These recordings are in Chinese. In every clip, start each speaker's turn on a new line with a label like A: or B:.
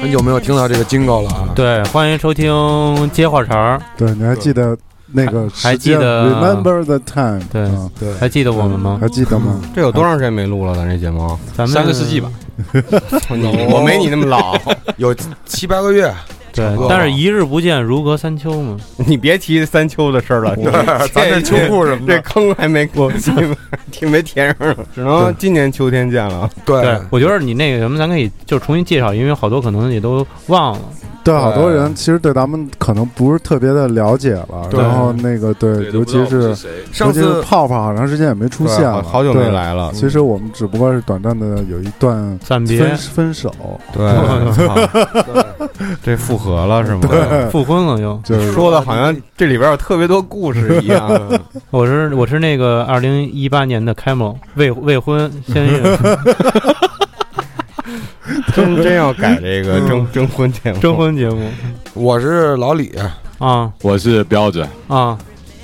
A: 很久没有听到这个金狗了啊。
B: 对，欢迎收听接话茬儿。
C: 对，你还记得那个
B: 还还
C: 时间
B: 记得
C: Remember the time？
B: 对
C: 嗯
A: 对，嗯
B: 还记得我们吗？
C: 还记得吗？
D: 这有多长时间没录了？咱这节目
B: 咱们
E: 三个世纪吧。，
D: 你 我没你那么老，
A: 嗯 有七八个月，
B: 对
A: 差不，多吧
B: 但是一日不见如隔三秋嘛。
D: 你别提三秋的事儿了。
A: 咱这秋裤什么
D: 这
A: 的，
D: 坑还没过，挺没填上呢，只能今年秋天见了。
B: 对
A: 对，，
B: 我觉得你那个什么，咱可以就重新介绍，因为好多可能也都忘了。
C: 对，好多人其实对咱们可能不是特别的了解了，
A: 对
C: 然后那个对，尤其是
E: 谁，
A: 上
C: 尤其是
A: 次
C: 泡泡好长时间也没出现了，
D: 对好久没
C: 对。
D: 来了。
C: 其实我们只不过是短暂的有一段
B: 暂别
C: 分分手，
D: 对， 这复合了是吗？
C: 对，
B: 复婚了又。
C: 就是
D: 说的好像这里边有特别多故事 一样。
B: 我是我是那个二零一八年的开某未未婚先孕
D: 真真要改这个征征婚节目，
B: 嗯征。婚节目
A: 我是老李，
B: 啊
E: 我是标准，
B: 啊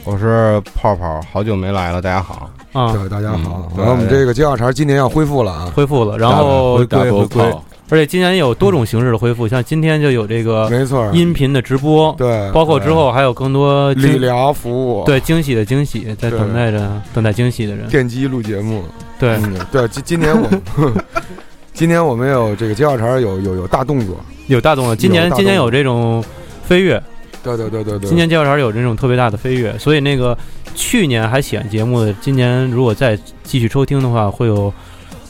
D: 我是泡泡，好久没来了，大家好。
B: 啊
A: 对，大家好
D: 嗯。
A: 然后我们这个接话茬今年要恢复了啊，
B: 恢复了，然后
E: 大
B: 对
E: 波
B: 回归，
E: 炮，
B: 而且今年有多种形式的恢复，像今天就有这个
A: 没错，
B: 音频的直播，
A: 对，
B: 包括之后还有更多
A: 理
B: 惊
A: 疗服务，，
B: 对惊喜的惊喜，在
A: 哦对
B: 等待着等待惊喜的人，
A: 电机录节目，
B: 对
A: 嗯，对，今今年 我今年我们有这个接话茬有有有大动作，
B: 有大动了。今
A: 有
B: 年
A: 大动
B: 今年有这种飞跃，
A: 对对对对对，
B: 今年介绍条有这种特别大的飞跃，所以那个去年还喜欢节目的，今年如果再继续收听的话，会有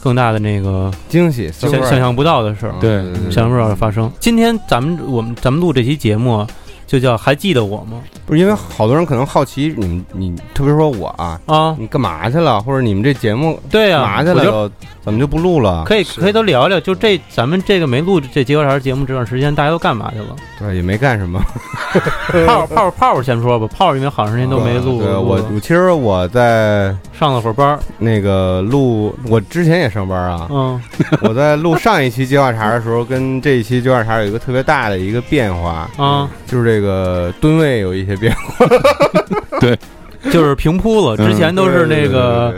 B: 更大的那个
D: 惊喜，
B: 想想象不到的事儿，啊
E: 对
D: 嗯
B: 想象不到的发生。今天咱们我们咱们录这期节目啊，就叫还记得我吗？
D: 不是因为好多人可能好奇你们，你特别说我啊，
B: 啊，
D: 你干嘛去了，或者你们这节目
B: 对呀、
D: 干
B: 啊，
D: 嘛去
B: 我
D: 了，
B: 就
D: 又怎么就不录了？
B: 可以
A: 是
B: 可以都聊聊，就这咱们这个没录这结果啥节目这段时间，大家都干嘛去了？
D: 对，也没干什么。
B: 泡泡泡先说吧，泡因为好长时间都没录，
D: 对我
B: 录
D: 我其实我在
B: 上了会儿 班儿，
D: 那个录，我之前也上班啊。
B: 嗯
D: 我在录上一期接话茬的时候，跟这一期接话茬有一个特别大的一个变化，嗯
B: 啊，
D: 就是这个吨位有一些变化。
B: 就是平铺
D: 嗯
B: 了，之前都是那个。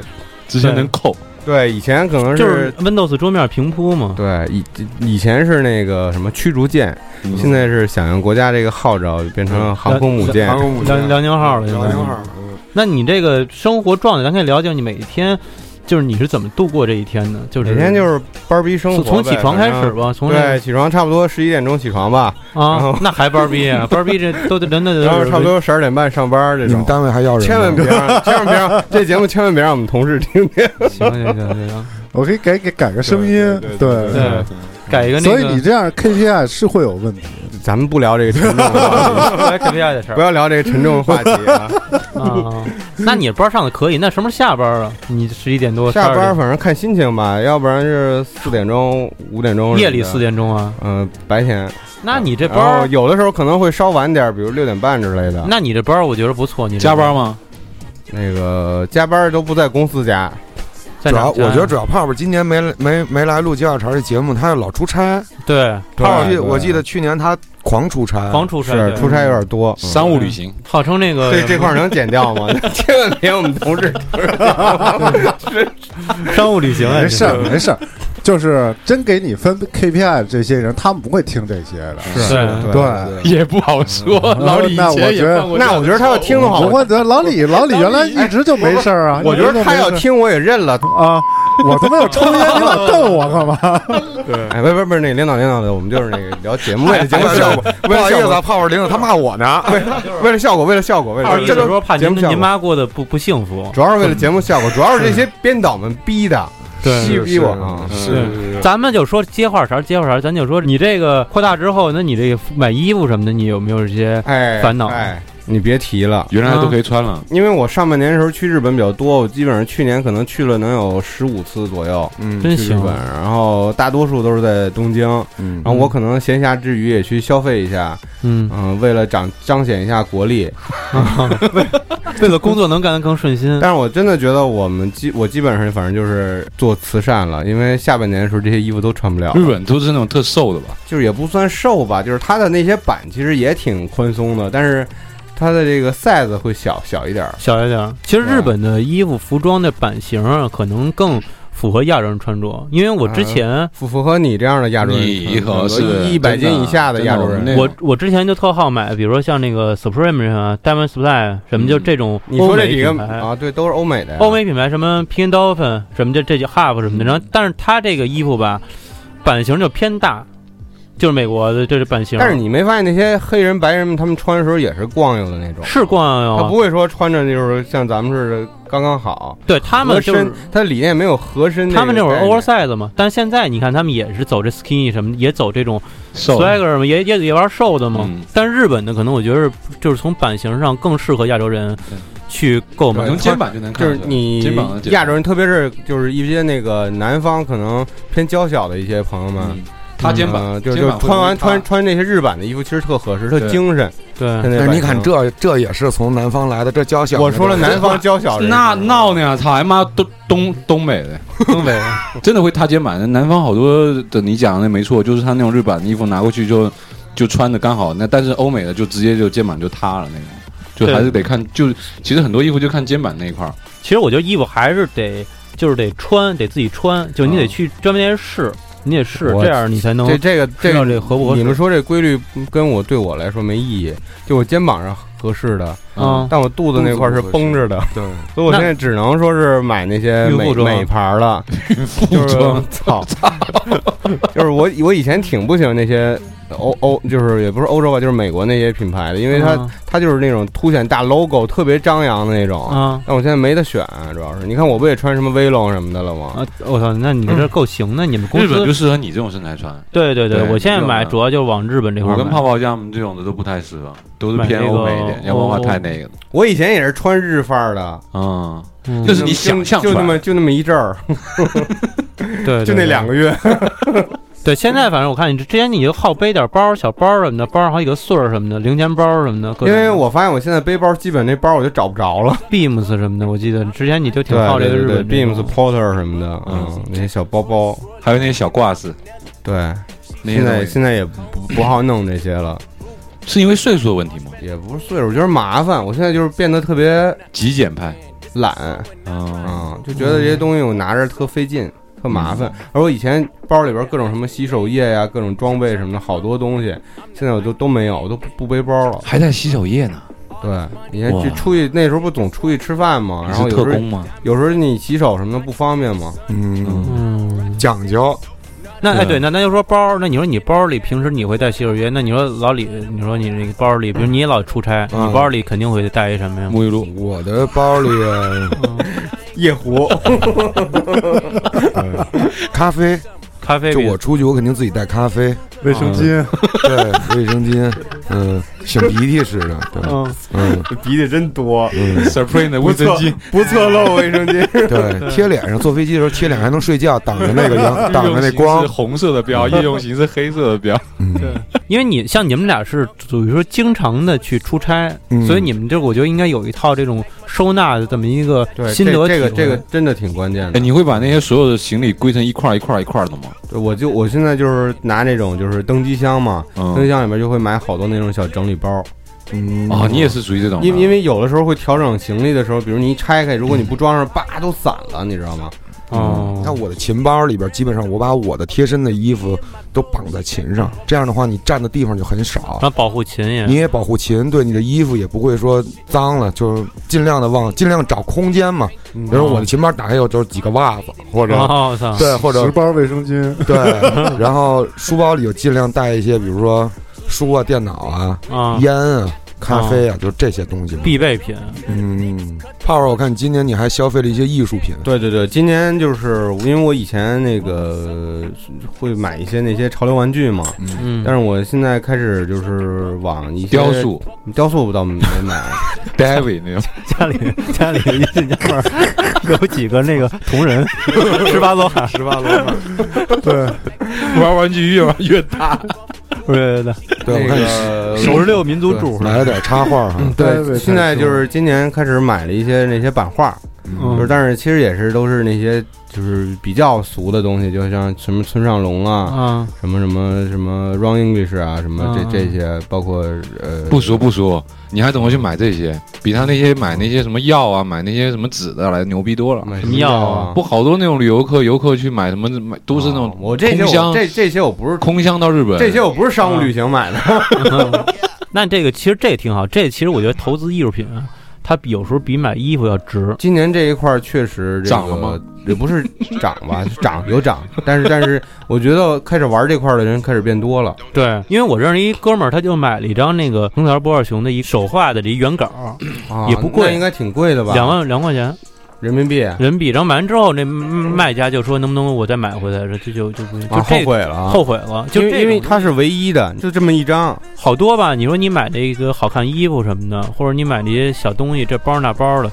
E: 之前能扣，
D: 对，对对对对以前可能
B: 就是是 Windows 桌面平铺嘛。
D: 对以以前是那个什么驱逐舰，
E: 嗯
D: 现在是响应国家这个号召，变成
B: 嗯
D: 了航空母舰
A: 航。空母
B: 辽
A: 舰
B: 辽宁号了，现在
A: 辽宁号。，嗯
B: 那你这个生活状态，咱可以了解你每一天，就是你是怎么度过这一天的？就是
D: 每天就是班儿逼生活
B: 从
D: 呗，
B: 从起床开
D: 反
B: 始
D: 正。
B: 吧，从
D: 对，起床差不多十一点钟起床吧，
B: 那啊
D: 后，
B: 那还班逼啊，班逼这都得人的
D: 然后差不多十二点半上班这
A: 你们
D: 种。
A: 单位还要人吗？
D: 千万别让，千万别让这节目，千万别让我们同事听见。
B: 行行 行行，
C: 我可以改改改个声音，
E: 对
C: 对
B: 对，改一个那
C: 所
B: 个，
C: 以你这样 KPI 是会有问题，
D: 咱们不聊这个沉重 的话 题，
B: 来 KPI 的事
D: 不
B: 儿
D: 要聊这个沉重的话题啊。
B: 啊。那你班上的可以，那什么时候下班啊？你十一点多
D: 下班儿
B: 12
D: 反正看心情吧，要不然是四点钟、五点钟
B: 点
D: 什么的，
B: 夜里四点钟啊？
D: 嗯、白天。
B: 那你这班
D: 然后
B: 儿，
D: 有的时候可能会稍晚点儿，比如六点半之类的。
B: 那你这班儿我觉得不错，你这
E: 加班吗？
D: 那个加班儿都不在公司加，
B: 在
A: 主
B: 哪
A: 要
B: 儿加呀？
A: 我觉得主要泡泡今年没来没没来录接话茬这节目，他要老出差。
B: 对
D: 对
A: 泡泡记
D: 对
A: 我记得去年他狂出差，
B: 狂出差，
D: 啊是
B: 对
D: 出差有点多。嗯
E: 商务旅行，
B: 号称那个
D: 这这块儿能剪掉吗？千万别我们同事
B: 商务旅行啊
C: 没事儿没事儿，就是真给你分 KPI 的这些人，他们不会听这些的，
B: 是
D: 对
C: 对。嗯
E: 也不好说。老李以
C: 那我
E: 前也
C: 觉得
E: 犯过
D: 那
E: 这样
D: 我
E: 的
D: 觉得他要
E: 错误
D: 听的话，
C: 不
D: 我
C: 会，老李老李原来一直就没事儿啊，
D: 我觉得他要听我也认了。
C: 啊，我他妈要抽烟，你老瞪我干嘛？
D: 哎，不是不是不是，那个领导领导的，我们就是那个聊节目，为了节
A: 哎
D: 目
A: 不
D: 效果，
A: 不
D: 为
A: 好
D: 了
A: 意
D: 效
A: 思啊，
D: 果，
A: 泡泡领导他骂我呢。
D: 为了效果，为了效果，为
B: 二
D: 了
B: 一
D: 这
B: 的
D: 都
B: 时候怕
D: 节
B: 您
D: 目效
B: 您
D: 果。
B: 妈过得不不幸福，
D: 主要是为了节目效果，主要是这些编导们逼的，
B: 对。
D: 是逼我啊
A: 是
B: 嗯
A: 是
B: 咱们就说接话茬，接话茬，咱就说你这个扩大之后，那你这个买衣服什么的，你有没有这些？啊
D: 哎，
B: 烦恼
D: 哎，你别提了。
E: 原来都可以穿了，
D: 因为我上半年的时候去日本比较多，我基本上去年可能去了能有十五次左右
A: 嗯
B: 真
D: 去日
B: 行
D: 本，然后大多数都是在东京，
A: 嗯
B: 哎
D: 然后我可能闲暇之余也去消费一下，
B: 嗯，
D: 嗯，为了彰彰显一下国力。
B: 为了工作能干得更顺心。
D: 但是我真的觉得我们基我基本上反正就是做慈善了，因为下半年的时候这些衣服都穿不了，
E: 日本都是那种特瘦的吧？
D: 就是也不算瘦吧，就是它的那些版其实也挺宽松的，但是它的这个 size 会小小一点儿。
B: 小一点儿，其实
D: 对
B: 日本的衣服、服装的版型啊，可能更符合亚洲人穿着，因为我之前、
D: 符符合你这样的亚洲人，
E: 你
D: 可能
E: 可是
D: 一百斤以下的亚洲人
E: 真的真的我们那，
B: 我我之前就特好买，比如说像那个 Supreme 啊、Diamond Supply 什么，就这种
D: 你
B: 欧
D: 说这
B: 美
D: 几个
B: 品牌，
D: 啊，对，都是欧美的呀，
B: 欧美品牌什么 Pin Dolphin 什么的，这就 Half 什么的。然后，但是它这个衣服吧，版型就偏大，就是美国的这是版型。
D: 但是你没发现那些黑人、白人们他们穿的时候也是逛悠的那种，
B: 是逛
E: 哦
D: 他
B: 哟，
D: 不会说穿着就是像咱们似的刚刚好，
B: 对他们就
D: 合
B: 是
D: 身他理念没有合身个概念，
B: 他们那会儿 oversize 嘛，但是现在你看他们也是走这 skinny 什么，也走这种
E: 瘦
B: swagger 嘛，也也也玩瘦的嘛。
E: 嗯
B: 但是日本的可能我觉得是就是从版型上更适合亚洲人
E: 对
B: 去购买
D: 对
E: 从肩膀就能看
D: 就
E: 出来，
D: 是你
E: 肩膀的解放
D: 亚洲人，特别是就是一些那个南方可能偏娇小的一些朋友们，
E: 嗯，塌肩膀
D: 呃，就
E: 肩
D: 就
E: 膀会
D: 穿完
E: 容易塌
D: 穿穿那些日版的衣服，其实特合适，特
E: 对嗯
D: 精神。
B: 对
D: 现在
A: 但是你
D: 版
A: 看
D: 型，
A: 这这也是从南方来的，这娇小的
D: 我说了南方娇小人，啊
E: 那闹呢？操，他妈东东东 北的，
B: 东北
E: 真的会塌肩膀的。南方好多的，你讲的没错，就是他那种日版的衣服拿过去就就穿的刚好，那但是欧美的就直接就肩膀就塌了那种。就还是得看，就其实很多衣服就看肩膀那一块儿，
B: 其实我觉得衣服还是得就是得穿，得自己穿，就你得
E: 嗯
B: 去专门店试，你得试，
D: 我
B: 这样你才能
D: 这这个
B: 知
D: 这
B: 道
D: 个
B: 这合不合适。
D: 你们说这规律跟我对我来说没意义，就我肩膀上合适的，
B: 嗯
D: 但我肚子那块是绷着的，
A: 对，
D: 所以我现在只能说是买那些
B: 孕妇
D: 美
B: 装
D: 美牌 儿了，
E: 服装
D: 操，就是我我以前挺不喜欢那些欧欧，就是也不是欧洲吧，就是美国那些品牌的，因为它、
B: 啊
D: 它就是那种凸显大 logo，特别张扬的那种。
B: 啊
D: 但我现在没得选，主要是你看我不也穿什么威龙什么的了吗？
B: 啊，我操，那你们这够行的，你们公
E: 嗯日本
B: 司
E: 就适合你这种身材穿。
B: 对对
E: 对
B: 我现在
E: 日本
B: 买
E: 的
B: 主要就是往日本这块
E: 我
B: 儿
E: 跟
B: 买
E: 泡泡酱这种的都不太适合，都是偏
B: 买那个
E: 欧美一点，要文化太那个了。
D: 我以前也是穿日范儿的，
E: 嗯，
B: 嗯
E: 就是你想象出
D: 就
E: 来
D: 那么就那么一阵儿，
B: 对，
D: 就那两
B: 个。
D: 个月。
B: 对，现在反正我看你之前你就好背点包、小包什么的，包上好几个穗儿什么的，零钱包什么的，各
D: 因
B: 种
D: 为我发现我现在背包，基本那包我就找不着了。
B: Beams 什么的，我记得之前你就挺
D: 对
B: 好这个
D: 对
B: 日
D: 对
B: 本这种
D: Beams、Porter 什么的，嗯，那些小包包，
E: 还有那些小挂饰，
D: 对，
E: 那些
D: 现在
E: 东西
D: 现在也不不好弄这些了，
E: 是因为岁数的问题吗？
D: 也不是岁数，就是麻烦。我现在就是变得特别
E: 极简派，
D: 懒，
E: 嗯，
D: 嗯，就觉得这些东西我拿着特费劲，特麻烦。而我以前包里边各种什么洗手液呀、各种装备什么的，好多东西，现在我都都没有，我都不不背包了。
E: 还在洗手液呢，
D: 对，以前
E: 哇
D: 就出去那时候不总出去吃饭嘛，
E: 你
D: 啊然
E: 是
D: 后
E: 特
D: 有时候
E: 工吗？
D: 有时候你洗手什么的不方便嘛，
A: 嗯，
B: 嗯，
A: 讲究，
B: 那哎
D: 对
B: 对，那那就说包，那你说你包里平时你会带洗手液，那你说老李，你说你这个包里，比如你也老出差，
A: 嗯
B: 你包里肯定会带一什么呀？
E: 沐浴露，
A: 我的包里
D: 夜壶。
A: 咖啡，
B: 咖啡
A: 就
B: 比
A: 我出去我肯定自己带咖啡，
C: 卫生巾，
A: 对，卫生巾，嗯，擤鼻涕似的，对，
B: 嗯，
A: 嗯
D: 鼻涕真多，
A: 嗯，
E: Supreme 的
D: 不侧，不侧漏卫生巾。
A: 对，贴脸上，坐飞机的时候贴脸上还能睡觉，挡着那 个阳，挡着那光
E: 是，红色的标，夜用型是黑色的标，
A: 嗯，
B: 因为你像你们俩是属于说经常的去出差，
A: 嗯
B: 所以你们这我觉得应该有一套这种收纳的这么一个
D: 对，
B: 心得
D: 这这个
B: 体会
D: 这个真的挺关键
E: 哎，
D: 的。
E: 你会把那些所有的行李归成一块儿一块儿一块儿的吗？
D: 对我就我现在就是拿那种就是登机箱嘛，登机
E: 嗯，
D: 箱里面就会买好多那种小整理包，
A: 嗯
E: 哦，你也是属于这种的，
D: 因因为有的时候会调整行李的时候，比如你一拆开，如果你不装上，叭都散了，你知道吗？
B: 哦，
D: 嗯
A: 那我的琴包里边，基本上我把我的贴身的衣服都绑在琴上，这样的话你占的地方就很少
B: 然，后保护琴也
A: 你也保护琴，对你的衣服也不会说脏了，就是尽量的往尽量找空间嘛。比如我的琴包打开以后就是几个袜子，或者、
B: 哦，我 操，
A: 对，或
C: 十
A: 者
C: 包卫生巾，
A: 对，然后书包里就尽量带一些，比如说书啊、电脑啊、
B: 啊，
A: 烟啊、咖啡啊，就这些东西嘛。
B: 必备品，
A: 嗯，泡泡，我看今年你还消费了一些艺术品，
D: 对对对，今年就是因为我以前那个会买一些那些潮流玩具嘛，
B: 嗯，
D: 但是我现在开始就是往一些
E: 雕 塑
D: 雕塑倒没买，
E: David 那种，
B: 家里 家里一进家门儿有几个那个铜人， 十八罗汉，
D: 十八罗汉。
C: 对，
E: 玩玩具越玩 越大，
B: 对对对，
A: 对我看你
D: 那个
B: 九十六民族柱，
A: 买了点插画哈。
C: 对
D: 对，现在就是今年开始买了一些那些版画，
B: 嗯
D: 就就是但是其实也是都是那些就是比较俗的东西，就像什么村上龙啊，
B: 啊，
D: 什么什么什么 Wrong English 啊，什么这
B: 嗯嗯
D: 这些，包括呃
E: 不说不说，你还怎么去买这些？比他那些买那些什么药啊，买那些什么纸的来牛逼多了。
D: 买
B: 什么药啊
E: 不，好多那种旅游客游客去买什么买都是那
D: 哦
E: 种
D: 我这些
E: 空
D: 我
E: 箱
D: 这这些我不是
E: 空箱到日本，
D: 这些我不是
B: 啊
D: 商务旅行买的，
B: 嗯 那这个其实这也挺好，这其实我觉得投资艺术品啊，它比有时候比买衣服要值。
D: 今年这一块儿确实、这个、
E: 涨了吗？
D: 也不是涨吧，涨有涨，但是但是我觉得开始玩这块儿的人开始变多了。
B: 对，因为我认识一哥们儿，他就买了一张那个藤条波尔熊的一手画的这一原稿，
D: 啊、
B: 也不贵
D: 那应该挺贵的吧？
B: 两万两块钱
D: 人民币。啊
B: 人民币。然后买完之后，那卖家就说能不能我再买回来，这就就不就
D: 啊，后
B: 这个
D: 悔了啊，
B: 后悔了，就
D: 因
B: 这
D: 为因为
B: 种
D: 它是唯一的，就这么一张，
B: 好多吧？你说你买的一个好看衣服什么的，或者你买的一些小东西，这包那包的，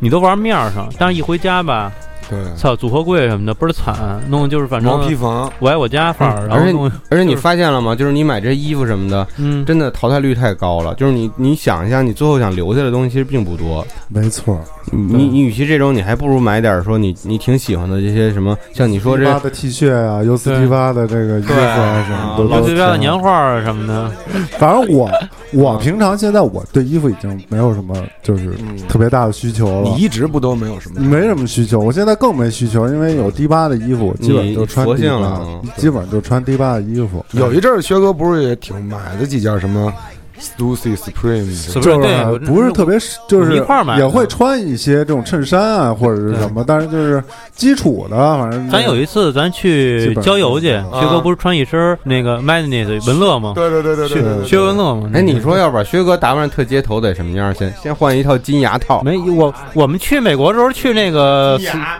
B: 你都玩面儿上，但是一回家吧，
A: 对，
B: 操，组合柜什么的倍儿惨，弄得就是反
A: 毛坯
B: 正
A: 房，
B: 我爱我家范儿，
D: 嗯
B: 然后
D: 而且
B: 弄
D: 而且你
B: 就是
D: 发现了吗？就是你买这衣服什么的，
B: 嗯，
D: 真的淘汰率太高了。就是你你想一下，你最后想留下的东西其实并不多。
C: 没错，
D: 你你与其这种，你还不如买点儿说你你挺喜欢的这些什么，像你说这
C: 迪吧的 T 恤啊，U 四
B: 对
C: T 八的这个衣服啊什么
D: 啊
C: 的，
B: 老
C: 都
B: 对标的年
C: 挺好
B: 画儿什么的，
C: 反 正我我平常现在我对衣服已经没有什么就是
A: 嗯，
C: 特别大的需求
A: 你
C: 了。
A: 一直不都没有什么？
C: 没什么需求，我现在更没需求，因为有迪吧的衣服，我基本就穿
D: 你佛
C: 迪
D: 性
C: 吧
D: 了嗯，
C: 基本就穿迪吧的衣服。
A: 有一阵儿，薛哥不是也挺买了几件什么 Stussy Supreme
B: 是不是
C: 就
B: 对
C: 是啊
B: 我
C: 不是特别就是
B: 一块儿买的
C: 也会穿一些这种衬衫啊或者是什么，但是就是基础的，反正
B: 咱有一次咱去郊游去，
C: 基本上
B: 薛哥不是穿一身儿那个 Madness 文乐吗？
A: 对对对对对对对，
B: 薛文乐吗？
D: 哎，你说要把薛哥打扮特街头得什么样？先先换一套金牙套，
B: 没我我们去美国的时候去那个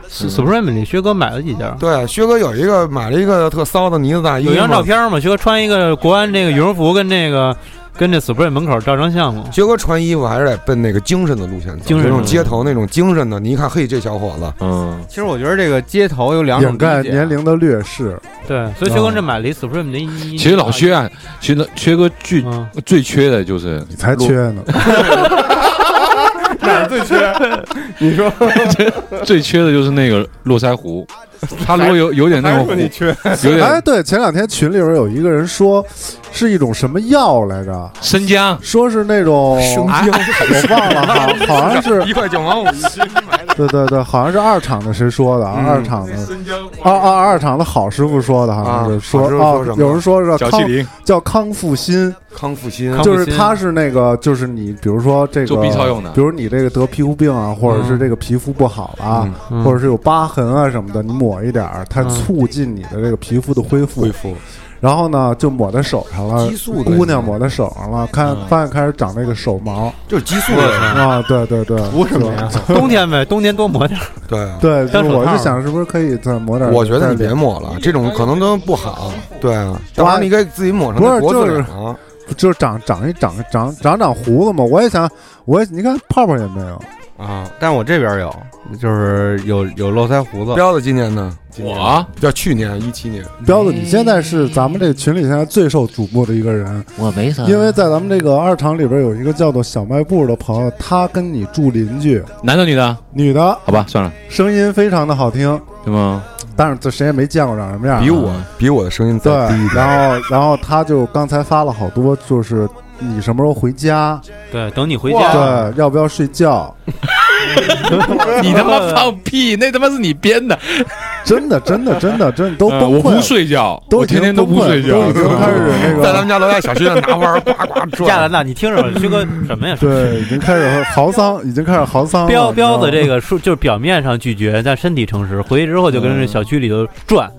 B: Su- Supreme 里，薛哥买了几件儿。
A: 对，薛哥有一个买了一个特骚的呢子大衣，
B: 有一张照。片嘛，薛哥穿一个国安那个羽绒服，跟那个跟这 Supreme 门口照张相嘛。
A: 薛哥穿衣服还是得奔那个精神的路线走，
B: 精神
A: 那种
B: 的
A: 街头那种精神的。你一看，嘿，这小伙子，
E: 嗯，
D: 其实我觉得这个街头有两种
C: 掩盖
D: 理解啊
C: 年龄的劣势，
B: 对，所以薛哥这买了一 Supreme 的一。
E: 其实老薛啊，其实薛哥最
B: 嗯，
E: 最缺的就是
C: 你才缺呢。
D: 哪儿最缺？你说
E: 最缺的就是那个络 腮胡，他如果有有点那种胡，
D: 缺？
E: 有
C: 哎，
E: 点
C: 对，前两天群里边有一个人说是一种什么药来着，
E: 生姜，
C: 说是那种
A: 胸
C: 我
A: 襟
C: 忘了，好好像 是
A: 一块九毛五，
C: 对对对，好像是二厂的谁说的啊？
A: 嗯
C: 二厂的二二二厂的好师傅说的，好像是说
A: 啊好师傅说什
C: 啊，
A: 么
C: 有人说是
E: 小
C: 康
E: 气灵
C: 叫康复新，
A: 康复新
B: 康复
C: 就是它是那个，就是你比如说这个
E: 做 B 超用的
C: 比如你这个得皮肤病啊，或者是这个皮肤不好啊，
B: 嗯
C: 或者是有疤痕啊什么的，你抹一点儿，它
B: 嗯
C: 促进你的这个皮肤的恢复。
A: 恢复
C: 然后呢，就抹在手上了
A: 激素，的
C: 姑娘抹在手上了，看发现开始长那个手毛
A: 就是激素
B: 我
A: 的，
B: 天
C: 啊，对对对，
D: 图什么呀？
B: 冬天呗，冬天多抹点儿。
A: 对。啊
C: 对，就
B: 当
C: 是
B: 手
C: 我
B: 套
C: 就
B: 儿
C: 想是不是可以再抹点儿在脸上？
A: 我觉得你别抹了，这种可能都不好。对啊，到时候你给自己抹上
C: 不是
A: 那脖子
C: 就是
A: 脸啊上。
C: 就是长长一长长长长胡子嘛，我也想，我也你看泡泡也没有，
D: 啊，但我这边有，就是有有络 腮胡子。
A: 彪子今年呢？今年
E: 我啊
A: 叫去年一七年，
C: 彪子，你现在是咱们这群里现在最受瞩目的一个人，
F: 我没
B: 嗯
F: 啥，
C: 因为在咱们这个二厂里边有一个叫做小卖部的朋友，他跟你住邻居，
E: 男的女的？
C: 女的，
E: 好吧，算了，
C: 声音非常的好听，
E: 对吗？
C: 但是这谁也没见过长什么样啊，
A: 比我 比我的声音
C: 对
A: 再低一，点。
C: 然后然后他就刚才发了好多，就是你什么时候回家？
B: 对，等你回
D: 哇
B: 家。
C: 对，要不要睡 觉？
E: 你他妈放屁，那他妈是你编的。
C: 真的真的真的真的都
E: 呃
C: 崩
E: 我
C: 溃
E: 不
C: 了，
E: 睡觉，
C: 啊都
E: 我
C: 已经
E: 天天都
C: 崩
E: 不
C: 溃
E: 睡
C: 都
E: 觉
C: 已。经开始那个
A: 在咱们家楼下小区那拿弯儿呱呱
B: 亚兰
A: 转，
B: 娜，你听着吧，薛哥什么呀？
C: 对，已经开始嚎丧，已经开始嚎丧 了。
B: 彪彪子
C: 你知道
B: 这个说就是表面上拒绝，但身体诚实。回去之后就跟这小区里头 转，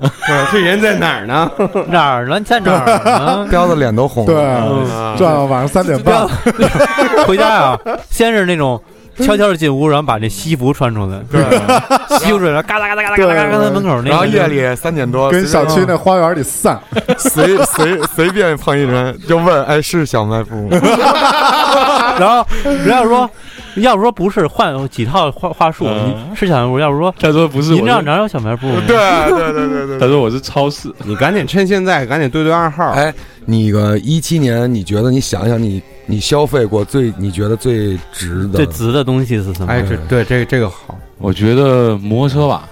D: 这人在哪儿呢？
B: 哪儿呢？在哪儿呢？
A: 彪子脸都
B: 哦
A: 红了。
C: 吗
B: 嗯
C: 对，转到晚上三点半
B: 彪，回家 啊，先是那种悄悄的进屋，然后把那西服穿出来， 西服穿来，嘎哒嘎哒嘎哒嘎哒嘎哒，门口那个，
A: 然后夜里三点多，
C: 跟小
B: 嗯
C: 区那花园里 散。
A: 随便随随随便碰一人就问，哎，是小卖部吗？
B: 然后人家说，要不说不是换几套话话术，
E: 嗯
B: 你是小卖部，要不说
E: 他说不是
B: 您
E: 我
B: 这儿
E: 是，
B: 哪有小卖部吗？
A: 对对对对对
E: 他说我是超市。
D: 你赶紧趁现在，赶紧对对暗号。
A: 哎，你个一七年，你觉得你想想你你消费过最你觉得最值的
B: 最值的东西是什么？
D: 哎哎，这对这这个好，
E: 我觉得摩托车吧，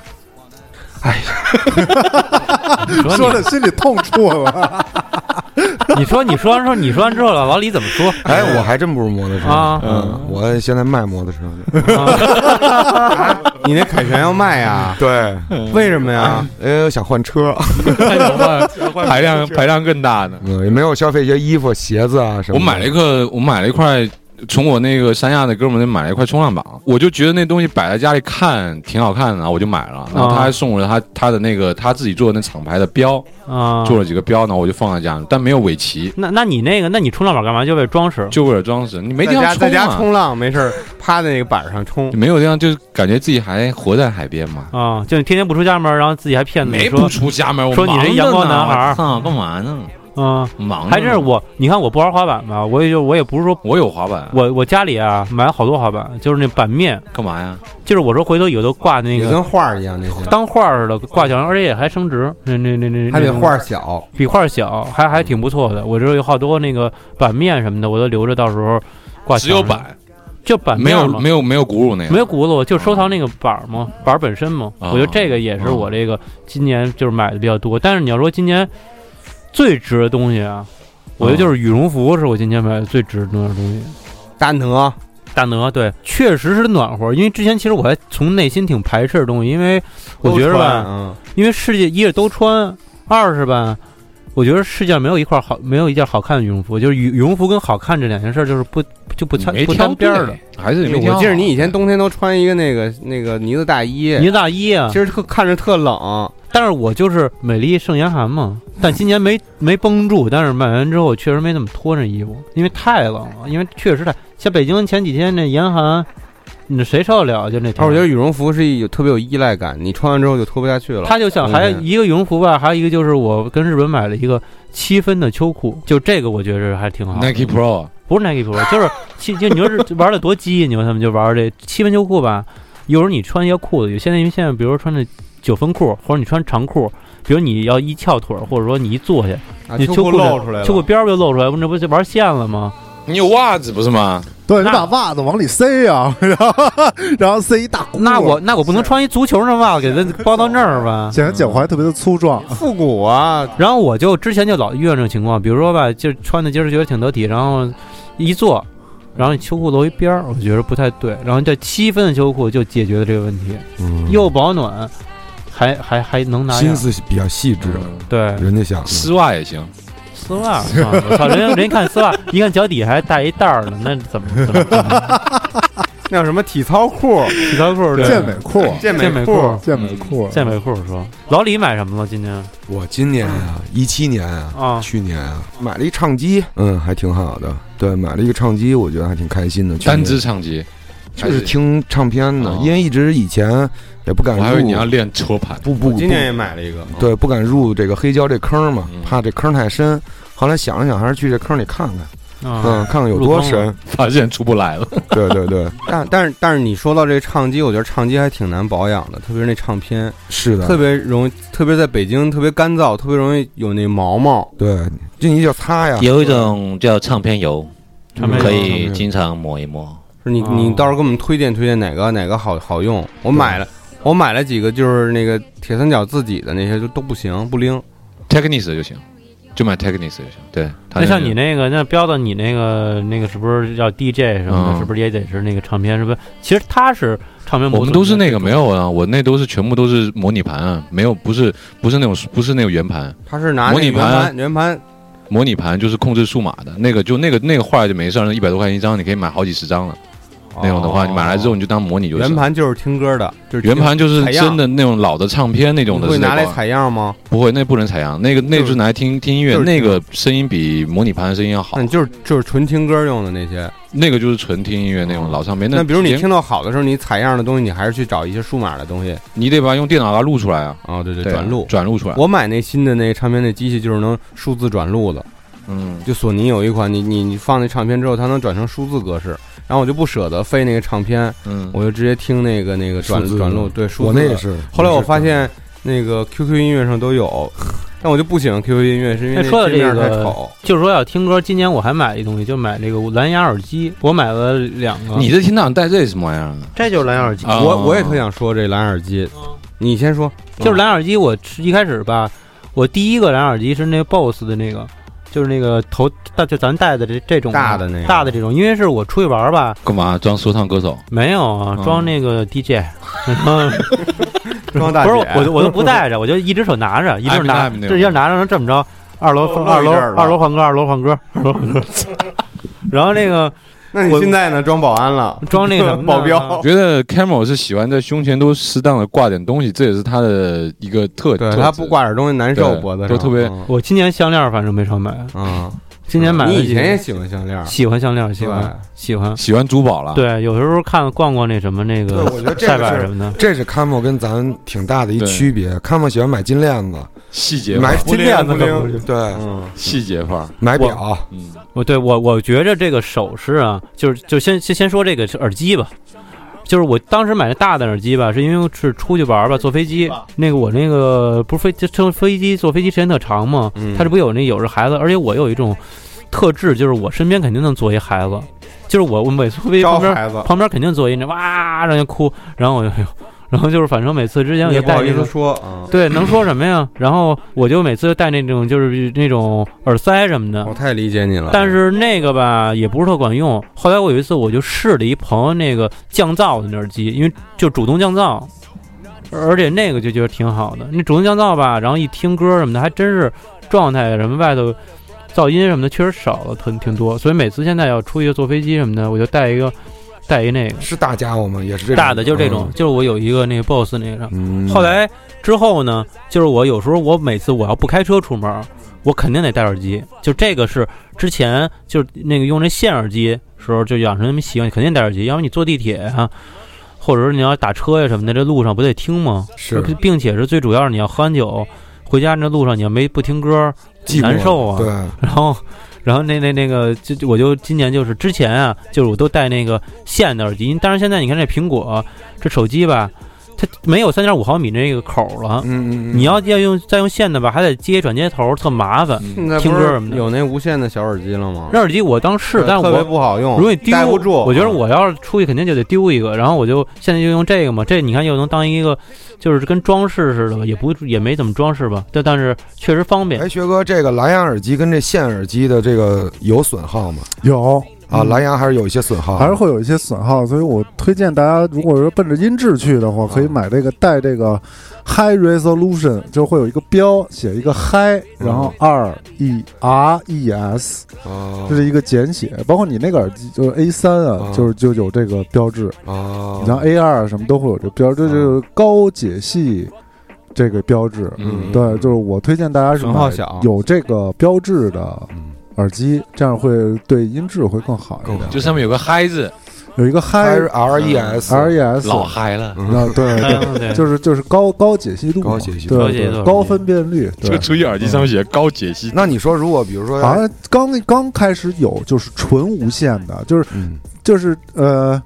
B: 你
C: 说
B: 说
C: 的心里痛处 了。
B: 你，你说你说完之后，你说完之后了，老李怎么说？
A: 哎，我还真不是摩托车
B: 啊
A: 嗯，我现在卖摩托车呢。
B: 啊
D: 你那凯旋要卖呀？
A: 对，
D: 为什么呀？
A: 呃，想换 车，
E: 排 量
C: 啊
E: 排量更大的。
A: 嗯，也没有消费一些衣服、鞋子啊什么
E: 我
A: 的。
E: 买了一个，我买了一块，从我那个三亚的哥们儿那买了一块冲浪板，我就觉得那东西摆在家里看挺好看的，然后我就买了。然后他还送我了他他的那个他自己做的那厂牌的标，
B: 啊！
E: 做了几个标，然后我就放在家里，但没有尾鳍，
B: 那那你那个，那你冲浪板干嘛？就为了装饰？
E: 就为了装饰。你没地
D: 在
E: 方
D: 家在家
E: 冲啊，
D: 冲浪没事儿，趴在那个板上冲
E: 你。没有地方，就是感觉自己还活在海边嘛。
B: 啊，就你天天不出家门，然后自己还骗自己
E: 没不
B: 啊说，
E: 出家门，我
B: 说你
E: 忙
B: 是
E: 着
B: 阳光
E: 呢
B: 男孩儿
E: 我操，干嘛呢？
B: 嗯，
E: 忙着呢，
B: 还真是我。你看我不玩滑板吧，我也就我也不是说，
E: 我有滑板，
B: 我我家里啊买了好多滑板，就是那板面，
E: 干嘛呀？
B: 就是我说回头有的挂那
D: 也
B: 个
D: 跟画儿一样，那些
B: 当画儿似的挂墙，而且还升值，那那那那
D: 还
B: 那
D: 得
B: 种
D: 画儿小，
B: 比画儿小，还还挺不错的。我这有好多那个板面什么的，我都留着，到时候挂墙上
E: 只有，板，
B: 啊就板
E: 没
B: 面
E: 有
B: 嘛
E: 没有没有轱辘那个，
B: 没有轱辘，就收藏那个板儿嘛，板儿本身嘛。
E: 啊
B: 我觉得这个也是
E: 哦
B: 我这个今年就是买的比较多。但是你要说今年最值的东西啊，我觉得
E: 哦
B: 就是羽绒服是我今年买的最值的东西。
D: 单藤
B: 大鹅对，确实是暖和，因为之前其实我还从内心挺排斥的东西，因为我觉得吧，
D: 嗯，
B: 因为世界一是都穿，二是吧，我觉得世界上没有一块好，没有一件好看的羽绒服，就是羽羽绒服跟好看这两件事儿就是不就不
E: 你
B: 掺
E: 没
B: 不
E: 挑
B: 沾边儿的
E: 对。，还是你没挑啊
D: 我记得你以前
E: 好
D: 冬天都穿一个那个那个呢子大衣，
B: 呢子大衣啊
D: 其，实特看着特冷，
B: 但是我就是美丽圣严寒嘛，但今年没没绷住，但是买完之后我确实没怎么脱这衣服，因为太冷了，因为确实太像北京前几天那严寒，那谁受得了？就那天，
D: 而我觉得羽绒服是哦一有特别有依赖感，你穿完之后就脱不下去了。
B: 他就像
D: 嗯
B: 还有一个羽绒服吧，还有一个就是我跟日本买了一个七分的秋裤，就这个我觉得还挺好的。
E: Nike Pro
B: 不是 Nike Pro，就是七就你说这玩的多激，你说他们就玩这七分秋裤吧。有时候你穿一个裤子，有现在因为现在比如说穿的九分裤，或者你穿长裤，比如你要一翘腿，或者说你一坐下，
D: 啊
B: 你
D: 秋
B: 秋裤
D: 露出来了，
B: 秋裤边儿不就露出来，那不就玩线了吗？
E: 你有袜子不是吗？
C: 对你
B: 那
C: 把袜子往里塞呀， 然后然后塞一大轱辘
B: 那我那我不能穿一足球那袜子给它包到那儿 吧？
C: 显得脚踝特别的粗壮。
B: 嗯
D: 复古啊，
B: 然后我就之前就老遇到这种情况，比如说吧，就是穿的今儿觉得挺得体，然后一坐，然后你秋裤露一边儿，我觉得不太对。然后这七分的秋裤就解决了这个问题，
A: 嗯
B: 又保暖，还还还能拿
A: 心
B: 样
A: 思比较细致，
B: 对
A: 人家想的
E: 丝袜也行，
B: 丝袜，啊我 操，人家人家看丝袜，一看脚底还带一袋儿呢，那怎么怎么怎么
D: 那叫什么体操裤、
B: 体操裤对
C: 健美裤，啊
D: 健
B: 健
D: 美
B: 美裤。
C: 健美裤，啊
B: 健美裤说，老李买什么了？今年
A: 我今年啊，一七年啊，
B: 啊，
A: 去年啊，买了一唱机，嗯，还挺好的。对，买了一个唱机，我觉得还挺开心的。去年
E: 单支唱机，
A: 就是听唱片的，
E: 哦
A: 因为一直以前也不敢
E: 我还以为你要
A: 入，
E: 练搓盘，
A: 不不
D: 我
A: 不
D: 今年也买了一个，嗯
A: 对，不敢入这个黑胶这坑嘛
E: 嗯，
A: 怕这坑太深。后来想了想，还是去这坑里看看，嗯，
B: 啊，
A: 看看有多
B: 入坑
A: 深。
E: 发现出不来了。
A: 对对对，
D: 但但是但是你说到这个唱机，我觉得唱机还挺难保养的，特别是那唱片，
A: 是的
D: 特，别容易，特别在北京特别干燥，特别容易有那毛毛。
A: 对，就你就擦呀，
F: 有一种叫唱片油，
B: 唱片
E: 嗯
B: 油
F: 可以经常抹一抹。
D: 是你
E: 啊
B: 哦
D: 你到时候给我们推荐推荐哪个哪个好好用？我买了我买了几个，就是那个铁三角自己的那些就都不行不灵。
E: Technics 就行，就买 Technics 就行。对，
B: 那像你那个，那标到你那个那个是不是叫 DJ 什么的？
E: 嗯
B: 是不是也得是那个唱片？是不是？其实他是唱片模组，
E: 我们都是那个没有啊，我那都是全部都是模拟盘啊，没有不是不是那种不是那种圆盘，
D: 它是拿
E: 模拟
D: 那个
E: 盘
D: 圆盘圆盘
E: 模拟盘就是控制数码的那个，就那个那个坏了就没事了，一百多块钱一张，你可以买好几十张了。
D: 哦
E: 那种的话，你买来之后你就当模拟就行。
D: 圆盘就是听歌的，就是听
E: 圆盘就是
D: 采样
E: 真的那种老的唱片那种
D: 你
E: 的，
D: 会拿来
E: 采。
D: 采样吗？
E: 不会，那不能采样，那个那就是拿来听听音乐
D: 就，是
E: 那个声音比模拟盘的声音要好
D: 那，你就是就是纯听歌用的那些。
E: 那个就是纯听音乐那种老唱片。
D: 那比如你
E: 连
D: 听到好的时候，你采样的东西，你还是去找一些数码的东西。
E: 你得把它用电脑把它录出来啊，
D: 哦，对对，
E: 对啊
D: 转录。
E: 转录出来。
D: 我买那新的那个唱片那机器就是能数字转录的，
E: 嗯，
D: 就索尼有一款，你你你放那唱片之后，它能转成数字格式，然后我就不舍得废那个唱片，
E: 嗯，
D: 我就直接听那个那个转
A: 数字的
D: 转录，对，数
A: 我
D: 字
A: 那
D: 的
A: 也。是。
D: 后来我
A: 也是
D: 发现那个 QQ 音乐上都有，但我就不喜欢 QQ 音乐，是因为
B: 哎说到
D: 那界
B: 这
D: 面
B: 个
D: 太丑。
B: 就是说要听歌，今年我还买了一东西，就买这个蓝牙耳机，我买了两个。
E: 你这听档带这什么玩意儿
B: 这就是蓝牙耳机，
E: 啊？
D: 我我也特想说这蓝牙耳机，你先说，
B: 就是蓝牙耳机。我一开始吧，我第一个蓝牙耳机是那个 BOSS 的那个，就是那个头大就咱戴的这这种
D: 大的那个
B: 大的这种，因为是我出去玩儿吧，
E: 干嘛装说唱歌手？
B: 没有啊，
E: 嗯
B: 装那个 DJ，然后
D: 装大
B: 不
D: 姐
B: 是我都我都不带着，我就一只手拿着，一只手拿，
E: I'm- I'm 那
B: 这一只手拿着然后这么着，二楼
D: 露
B: 二楼
D: 一阵儿了
B: 二楼换歌，二楼换歌，二楼换歌， 然后那个
D: 那你
B: 我
D: 现在呢？ 装保安了，
B: 装那个什么
D: 保镖。
E: 觉得 Camel 是喜欢在胸前都适当的挂点东西，这也是他的一个特
D: 对
E: 特
D: 他
E: 质
D: 不挂点东西难受，
E: 对
D: 脖子上
E: 都特别
D: 嗯
B: 我今年项链反正没少买，
D: 嗯，
B: 今年买了
D: 你
B: 几
D: 以前也
B: 个
D: 喜欢项链儿，
B: 喜欢项链，喜欢
D: 对
B: 喜欢。
E: 喜欢珠宝了。，
B: 对，有时候看逛逛那什么那
A: 对，
B: 个
A: 我觉得这
B: 晒
A: 个
B: 板
A: 是
B: 什么的，
A: 这是康莫跟咱挺大的一
E: 对
A: 区别。康莫喜欢买金链子，
E: 细节
A: 买
E: 化，
A: 金链子
D: 不灵不
A: 可不对，
D: 嗯，
E: 细节化。
A: 买表。
E: 嗯，
B: 我对我我觉着这个首饰啊，就是就先先先说这个耳机吧，就是我当时买的大的耳机吧，是因为是出去玩儿吧，坐飞机，那个我那个不是飞就乘飞机坐飞机时间特长嘛，
D: 嗯
B: 他这不有那有时孩子，而且我有一种特质，就是我身边肯定能坐一孩子，就是我我每次飞机
D: 招
B: 旁边
D: 孩子，
B: 旁边肯定坐一那哇让人哭，然后我就 哎呦然后就是反正每次之前我
D: 你也
B: 就
D: 不好
B: 带
D: 意
B: 那
D: 思
B: 个
D: 说啊。嗯
B: 对，能说什么呀？然后我就每次就戴那种就是那种耳塞什么的
D: 我，太理解你了，
B: 但是那个吧也不是特管用。后来我有一次我就试了一朋友那个降噪的那耳机，因为就主动降噪，而且那个就觉得挺好的。那主动降噪吧，然后一听歌什么的，还真是状态什么外头噪音什么的确实少了挺挺多。所以每次现在要出去坐飞机什么的，我就带一个带一那个嗯
A: 是大家伙吗？也是这种
B: 大的，就是这种，就是我有一个那个 BOSS 那个。
A: 嗯，
B: 后来之后呢，就是我有时候我每次我要不开车出门，我肯定得戴耳机。就这个是之前就是那个用那线耳机时候就养成那么习惯，肯定戴耳机。要不你坐地铁啊，或者是你要打车呀、什么的，这路上不得听吗？
A: 是
B: 并且是最主要是你要喝完酒回家那路上你要没不听歌，
A: 寂寞
B: 难受啊
A: 对，
B: 然后。然后那那那个，就就我就今年就是之前啊，就是我都戴那个线的耳机，但是现在你看这苹果这手机吧，它没有三点五毫米那个口了，
A: 嗯嗯，嗯
B: 你要要用再用线的吧，还得接转接头，特麻
E: 嗯
B: 烦。
D: 现在
B: 听
D: 不
B: 歌
D: 是
B: 什么的
D: 有那无线的小耳机了吗
B: 那？耳机我当试，
D: 对
B: 但是
D: 特别
B: 我
D: 不好用，
B: 如果你丢
D: 戴不住，嗯
B: 我觉得我要是出去肯定就得丢一个，然后我就现在就用这个嘛，这你看又能当一个就是跟装饰似的吧，也不也没怎么装饰吧，但但是确实方便
A: 哎，。学哥，这个蓝牙耳机跟这线耳机的这个有损耗吗？
C: 有
A: 啊，
C: 嗯
A: 蓝牙还是有一些损耗，
C: 还是会有一些损耗，所以我推荐大家，如果说奔着音质去的话，
B: 嗯
C: 可以买这个带这个 High Resolution，就会有一个标写一个 High，然后
B: 嗯
C: R E R E S，
A: 哦
C: 这是一个简写。包括你那个耳机就是 A 三啊
A: 嗯，
C: 就是就有这个标志，
A: 哦
C: 你，像 A 二啊什么都会有这标，这就是高解析这个标志。
E: 嗯
C: 对，就是我推荐大家是
D: 损耗
C: 买
D: 小
C: 有这个标志的
A: 啊嗯
C: 耳机，这样会对音质会更好一
A: 更
C: 点
A: 好。
E: 就上面有个嗨字，
C: 有一个
A: 还
C: High
A: 是 R E S
C: R E S，
E: 老嗨了，
C: 啊，对
D: 哎
C: 对，
B: 嗯 对
C: 就是就是高高解析度嘛，
A: 高解析度
C: 对
B: 高解析度
C: 对高分辨率，
E: 就
C: 对。
E: 注意耳机上面写高解析。
A: 那你说，如果比如说，
C: 好像刚刚开始有就是纯无线的，就是
A: 嗯，
C: 就是呃，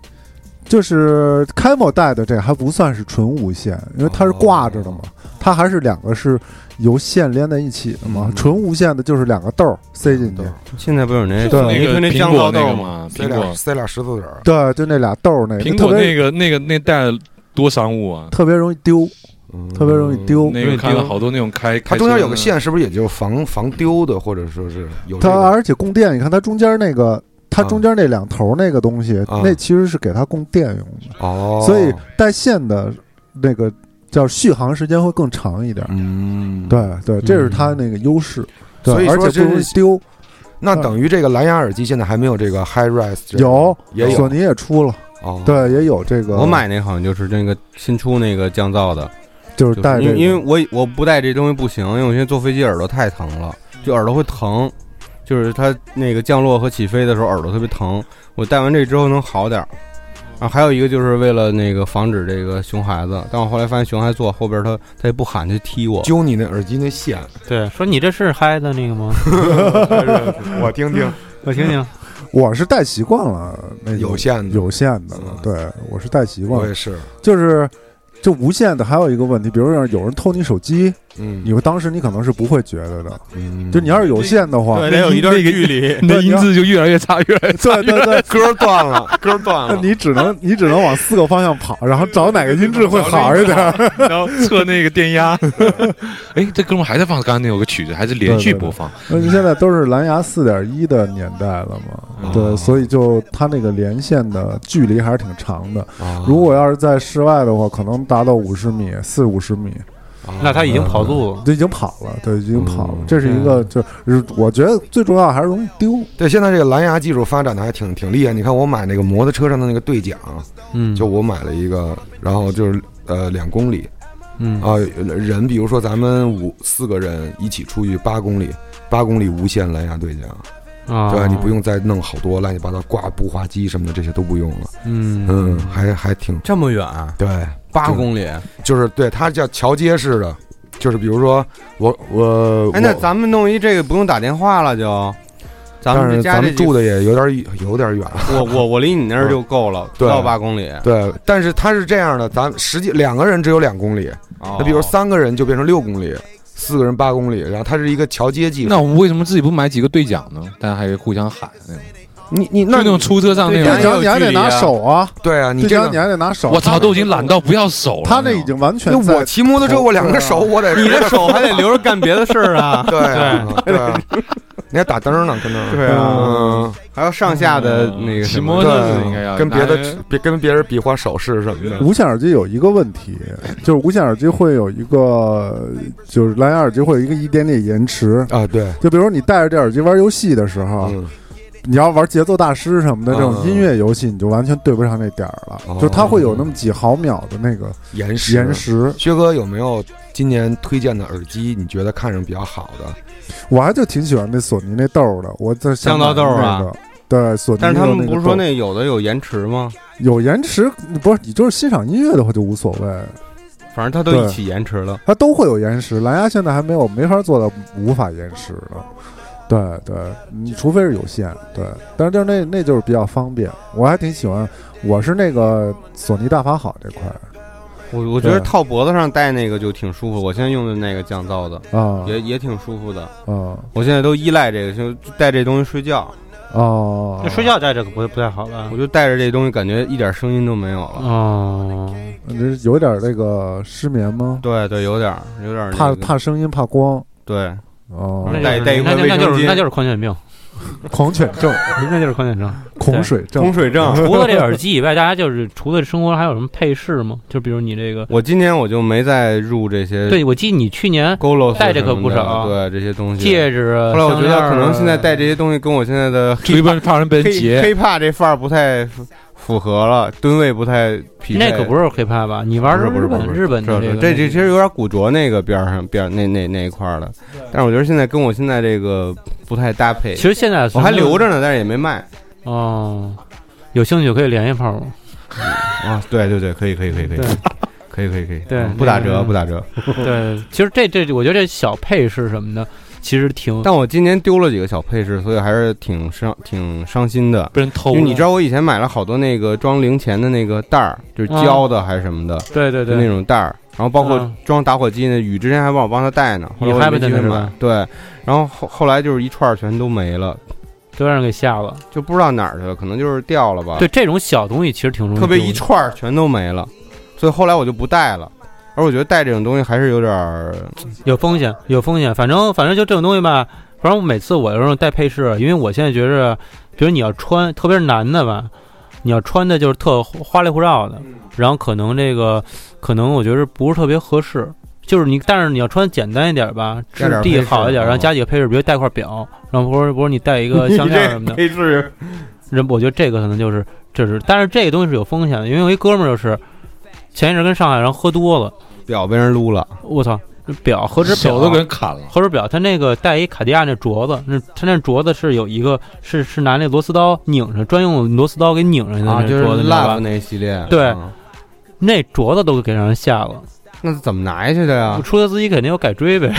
C: 就是 Camel 带的这个还不算是纯无线，因为它是挂着的
A: 哦
C: 嘛，它还是两个是由线连在一起的嘛
A: 嗯。
C: 纯无线的就是两个豆儿塞进去，
D: 现在不是有那
C: 对
E: 那
D: 你
E: 个
D: 推那
E: 苹
D: 降
E: 果
D: 噪
E: 那
D: 豆
E: 个
D: 吗？
E: 嘛，
A: 塞
E: 苹
A: 俩
E: 果
A: 塞俩石头子儿，
C: 对，就那俩豆儿那个
E: 苹
C: 特
E: 果那
C: 别
E: 个那个那带了多商务啊，
C: 特别容易丢，
A: 嗯
C: 特别容易丢。
E: 那个看了好多那种开，
A: 它
E: 开
A: 中间
E: 车
A: 有个
E: 的
A: 线，是不是也就防防丢的，或者说是有这
C: 它
A: 个
C: 而且供电，你看它中间那个，它中间那两头那个东西，
A: 啊
C: 那其实是给它供电用的，
A: 哦，
C: 所以带线的那个叫续航时间会更长一点。
A: 嗯，
C: 对对，这是它那个优势。对
A: 所以说
C: 而且不容易
A: 这是
C: 丢。
A: 那等于这个蓝牙耳机现在还没有这个 Hi Res，这个
C: 有
A: 也
C: 索
A: 有，
C: 尼也出了，
A: 哦，
C: 对，也有这个。
D: 我买那好像就是那个新出那个降噪的，
C: 就是
D: 就是
C: 带这
D: 因
C: 个，
D: 为因为我我不带这东西不行，因为我现在坐飞机耳朵太疼了，就耳朵会疼，就是它那个降落和起飞的时候耳朵特别疼。我戴完这之后能好点儿。啊，还有一个就是为了那个防止这个熊孩子，但我后来发现熊孩子坐后边他他也不喊，就踢我。
A: 揪你那耳机那线，
B: 对，说你这是嗨的那个吗？
A: 我听听，
B: 我听听。
C: 我是带习惯了那个
A: 有线的，
C: 有线的
A: 嗯，
C: 对我是带习惯
A: 我
C: 了
A: 也，是，
C: 就是。就无线的还有一个问题，比如说有人偷你手机，
A: 嗯，
C: 你会当时你可能是不会觉得的，
A: 嗯
C: 就你要是有线的话，
D: 对，得有一段距离。
E: 你的音质就越来越差，越来越差。
C: 对对对，
A: 歌断了，歌断
C: 那
A: 了，
C: 你只能你只能往四个方向跑，然后找哪个音质会好一点。
E: 然后测那个电压。哎，这哥们儿还在放刚刚那首个曲子，还是连续播放。
C: 那现在都是蓝牙四点一的年代了
A: 嗯
C: 嘛，对，所以就它那个连线的距离还是挺长的。
A: 哦
C: 如果要是在室外的话，可能达到五十米、四五十米，
B: 那他已经跑路了。
C: 就已经跑了，对，已经跑了
A: 嗯。
C: 这是一个，就是我觉得最重要还是容易丢。
A: 对，现在这个蓝牙技术发展的还挺挺厉害。你看我买那个摩托车上的那个对讲，
B: 嗯，
A: 就我买了一个，然后就是呃两公里
B: 嗯
D: 哦
A: 啊，人比如说咱们五四个人一起出去八公里，八公里无线蓝牙对讲，
B: 啊，
A: 对吧？你不用再弄好多乱七八糟挂步话机什么的，这些都不用了。
B: 嗯
A: 嗯，还还挺
D: 这么远啊，
A: 对，
D: 八
A: 对
D: 公里。
A: 就是对，它叫桥接式的，就是比如说我我
D: 哎，那
A: 我
D: 咱们弄一这个不用打电话了就，咱
A: 但
D: 们
A: 是
D: 这家
A: 咱
D: 这
A: 们住的也有点有点远，
D: 我我我离你那儿就够了，不
A: 对
D: 到八公里。
A: 对，但是它是这样的，咱实际两个人只有两公里，
E: 哦
D: 那
A: 那比如三个人就变成六公里，四个人八公里，然后它是一个桥接技术。
E: 那我们为什么自己不买几个对讲呢？大家还互相喊那种，
A: 你你
E: 就
A: 那
E: 那种出租车上那
D: 对
E: 种
D: 呀
C: 对。讲你还得拿手啊，
A: 对啊，你
C: 对
A: 这
C: 讲你
A: 个，
C: 还得拿手。
E: 我操，都已经懒到不要手了。
C: 他那
E: 那种
C: 已经完全
A: 那
C: 在
A: 我骑摩托车，我两个手我得，
D: 你的手还哦得留着干别的事儿啊
A: 对啊对啊，你还打灯呢，跟那儿
D: 对啊
A: 嗯
D: 还有上下的
B: 嗯
D: 那个
E: 骑
D: 什么
E: 摩托车应该
A: 对
E: 要
A: 啊，跟别
E: 拿
A: 的别跟别人比划手势什么的。
C: 啊无线耳机有一个问题，就是无线耳机会有一个，就是蓝牙耳机会有一个一点点延迟。
A: 啊，对，
C: 就比如你戴着这耳机玩游戏的时候，
A: 嗯
C: 你要玩节奏大师什么的这种音乐游戏，你就完全对不上那点儿了，
A: 哦
C: 就它会有那么几毫秒的那个
A: 延时
C: 延时。
A: 薛哥有没有今年推荐的耳机？你觉得看上比较好的？
C: 我还就挺喜欢那索尼那豆儿的，我在想
D: 香皂豆儿啊
C: 买那个。对，索尼
D: 但是他们
C: 有
D: 不
C: 个
D: 是说
C: 豆儿
D: 那有的有延迟吗？
C: 有延迟，不是你就是欣赏音乐的话就无所谓，
D: 反正它都一起延迟了。
C: 它都会有延时。蓝牙现在还没有没法做到无法延时的，对对，你除非是有线，对，但是就是那那就是比较方便，我还挺喜欢。我是那个索尼大法好这块儿
D: 我我觉
C: 对
D: 得套脖子上戴那个就挺舒服，我现在用的那个降噪的
C: 啊
D: 也也挺舒服的。
C: 啊
D: 我现在都依赖这个，就戴这东西睡觉，
C: 哦，
B: 那睡觉戴这个不不太好吧
D: 我？就戴着这东西，感觉一点声音都没有了。
B: 哦，
C: 你这啊有点那个失眠吗？
D: 对对，有点儿有点儿那
C: 怕
D: 个
C: 怕声音，怕光
D: 对，
B: 嗯
C: 哦
B: 那，
D: 戴
B: 就是
D: 戴一
B: 那
D: 块
B: 就那就
D: 卫生
B: 是
D: 巾
B: 那就是狂犬 病，
C: 狂犬症、
B: 那就是狂犬症。
C: 恐水 症
D: 空。水症。
B: 除了这耳机以外，大家就是除了生活还有什么配饰吗？就比如你这个，
D: 我今年我就没再入这些
B: 对我记得你去年
D: 勾勒
B: 戴着可不少啊
D: 对这些东西。
B: 戒指啊，
D: 后来我
B: 项
D: 觉
B: 链
D: 得
B: 儿
D: 可能现在
B: 啊
D: 戴这些东西跟我现在的
E: 追奔怕人被人
D: 黑
E: 劫，
D: 黑怕这范儿不太符符合了，吨位不太匹配。
B: 那可不
D: 是
B: 是 hiphop 吧？你玩的
D: 不是
B: 日
D: 不是
B: 本
D: 不是
B: 日本的
D: 这
B: 个
D: 这这其实有点古着那个边儿上边儿那那那一块儿的，但是我觉得现在跟我现在这个不太搭配
B: 其。实现在
D: 我还留着呢，但是也没卖。
B: 哦。有兴趣可以联系泡泡。
D: 啊，对对对，可以可以可以可以
B: 对，
D: 可以可以可以，
B: 对
D: 不打折
B: 那个
D: 不打折。
B: 对，其实这这我觉得这小配饰什么的，其实挺
D: 但我今年丢了几个小配饰，所以还是挺伤挺伤心的。
E: 被人偷
D: 因
E: 了。
D: 为你知道我以前买了好多那个装零钱的那个袋儿，就是胶的还是什么的，
B: 对对
D: 就那
B: 对，
D: 种袋儿。然后包括
B: 嗯
D: 装打火机呢，雨之前还帮我帮他带呢，后
B: 你
D: 来我也没
B: Happy
D: 机会
B: 的是
D: 买
B: 吧。
D: 对，然后后后来就是一串儿全都没了，
B: 都让人给吓了。
D: 就不知道哪儿去了，可能就是掉了吧。
B: 对，，这种小东西其实挺容易
D: 特别
B: 丢
D: 一
B: 的
D: 串儿全都没了，所以后来我就不带了。而我觉得带这种东西还是有点儿，
B: 有风险，有风险。反正反正就这种东西吧，反正我每次我有时候戴配饰，因为我现在觉着，比如你要穿，特别是男的吧，你要穿的就是特花里胡哨的，然后可能这个可能我觉得不是特别合适。就是你，但是你要穿简单一点吧，
D: 加
B: 质
D: 点配
B: 地
D: 饰
B: 好一点，
D: 啊
B: 然后加几个配饰，比如戴块表，然后或者或者你戴一 个项链什么的。
D: 配饰
B: 人，我觉得这个可能就是这是，但是这个东西是有风险的，因为我一哥们儿就是前一阵跟上海，然后喝多了，
D: 表被人撸了，
B: 我操，这表何止表
E: 手都给人砍了。
B: 何手表，它那个带一卡地亚那镯子，那它那镯子是有一个是是拿那螺丝刀拧上，专用螺丝刀给拧上去的
D: 啊，
B: 那
D: 就
B: 镯
D: 是
B: 子，你知道
D: Love
B: 吧？
D: 那一系列，
B: 对
D: 嗯
B: 那镯子都给让人吓了，
D: 那怎么拿下去的呀？
B: 出租车司机肯定有改追呗。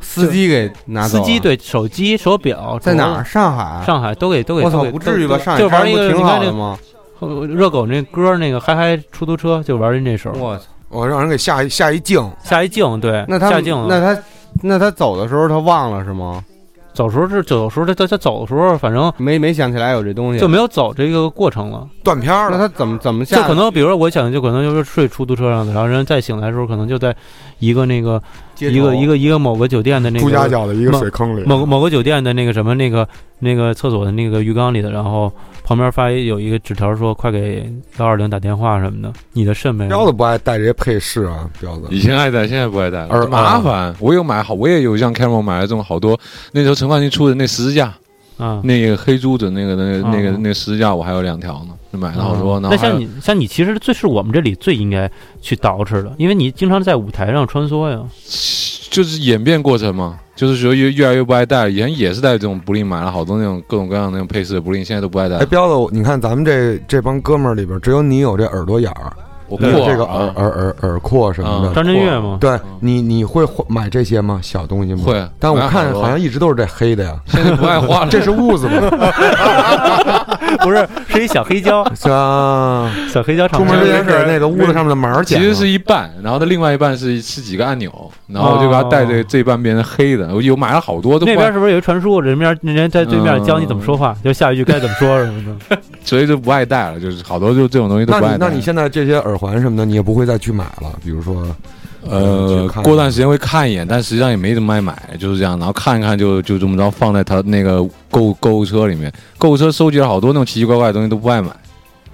D: 司机给拿
B: 司
D: 走了，
B: 机对手机、手表
D: 在哪？儿？
B: 镯子
D: 上海。啊
B: 上海都给都给
D: 我操
B: 都，给
D: 不至于吧？
B: 都
D: 上海
B: 就
D: 滩
B: 玩一
D: 不
B: 个，
D: 挺
B: 你看
D: 好
B: 这
D: 的吗？
B: 呃热狗那歌儿那个嗨嗨出租车就玩人这手，
D: 我操！
A: 我让人给下一下一镜，
B: 下一镜，对，
D: 那他
B: 下镜了。
D: 那他那他走的时候他忘了是吗？
B: 走时候是走的时候，他他他走的时候，反正
D: 没没想起来有这东西，
B: 就没有走这个过程了。
A: 断片儿
D: 那
A: 了。
D: 他怎么怎么
B: 就
D: 下的？
B: 可能，比如说，我想，就可能就是睡出租车上的，然后人再醒来的时候，可能就在一个那个
D: 街头
B: 一个一个一个某个酒店的那
A: 朱家
B: 个
A: 角的一个水坑里，
B: 某个某个酒店的那个什么那个那个厕所的那个浴缸里的，然后旁边发一有一个纸条说，快给幺二零打电话什么的，你的
G: 嗯
B: 肾没
A: 彪子。
B: 了
A: 不爱带这些配饰啊，彪子。
E: 以前爱戴，现在不爱戴了，
A: 而
E: 麻烦。我有买好，我也有像 Camel 买了这种好多。那时候陈冠希出的那十字架，
B: 啊，
A: 嗯
E: 那个黑珠子那个那个那个
B: 嗯
E: 那个十字架，我还有两条呢，就买了好多。然
B: 啊那
E: 后还有
B: 像你像你，其实最是我们这里最应该去捯饬的，因为你经常在舞台上穿梭呀。
E: 就是演变过程嘛，就是说越越来越不爱戴了。以前也是戴这种布令，买了好多那种各种各样的那种配饰的布令，现在都不爱戴
A: 哎，
E: 了。
A: 彪子，你看咱们这这帮哥们儿里边，只有你有这耳朵眼儿，
E: 我
A: 你
E: 过
A: 有这个
E: 啊
A: 耳耳耳耳廓什么
E: 嗯
A: 的。
B: 张震岳嘛，
A: 对你，你会花买这些吗？小东西吗？。
E: 会，
A: 但我
E: 买
A: 看
E: 多
A: 好像一直都是这黑 的呀，
E: 现在不爱花了。
A: 这是痦子吗？
B: 不是，是一小黑胶，
A: 像
B: 小黑胶厂
A: 啊出
B: 牌
A: 门之前给那个屋子上面的毛儿
E: 其
A: 剪了。
E: 实是一半，然后它另外一半是是几个按钮，然后我就给它带这这半变成黑的。我有买了好多，都
B: 哦那
E: 不爱
B: 边是不是有一传说，人面人家在对面教你怎么
E: 嗯
B: 说话，就下一句该怎么说什么的？
E: 所以就不爱戴了，就是好多就这种东西都
A: 那
E: 不爱
A: 你
E: 戴。
A: 那你现在这些耳环什么的，你也不会再去买了，比如说
E: 呃
A: 去看，
E: 过段时间会看一眼，但实际上也没怎么爱买，就是这样。然后看一看就就这么着放在他那个购物购物车里面，购物车收集了好多那种奇奇怪怪的东西都不爱买，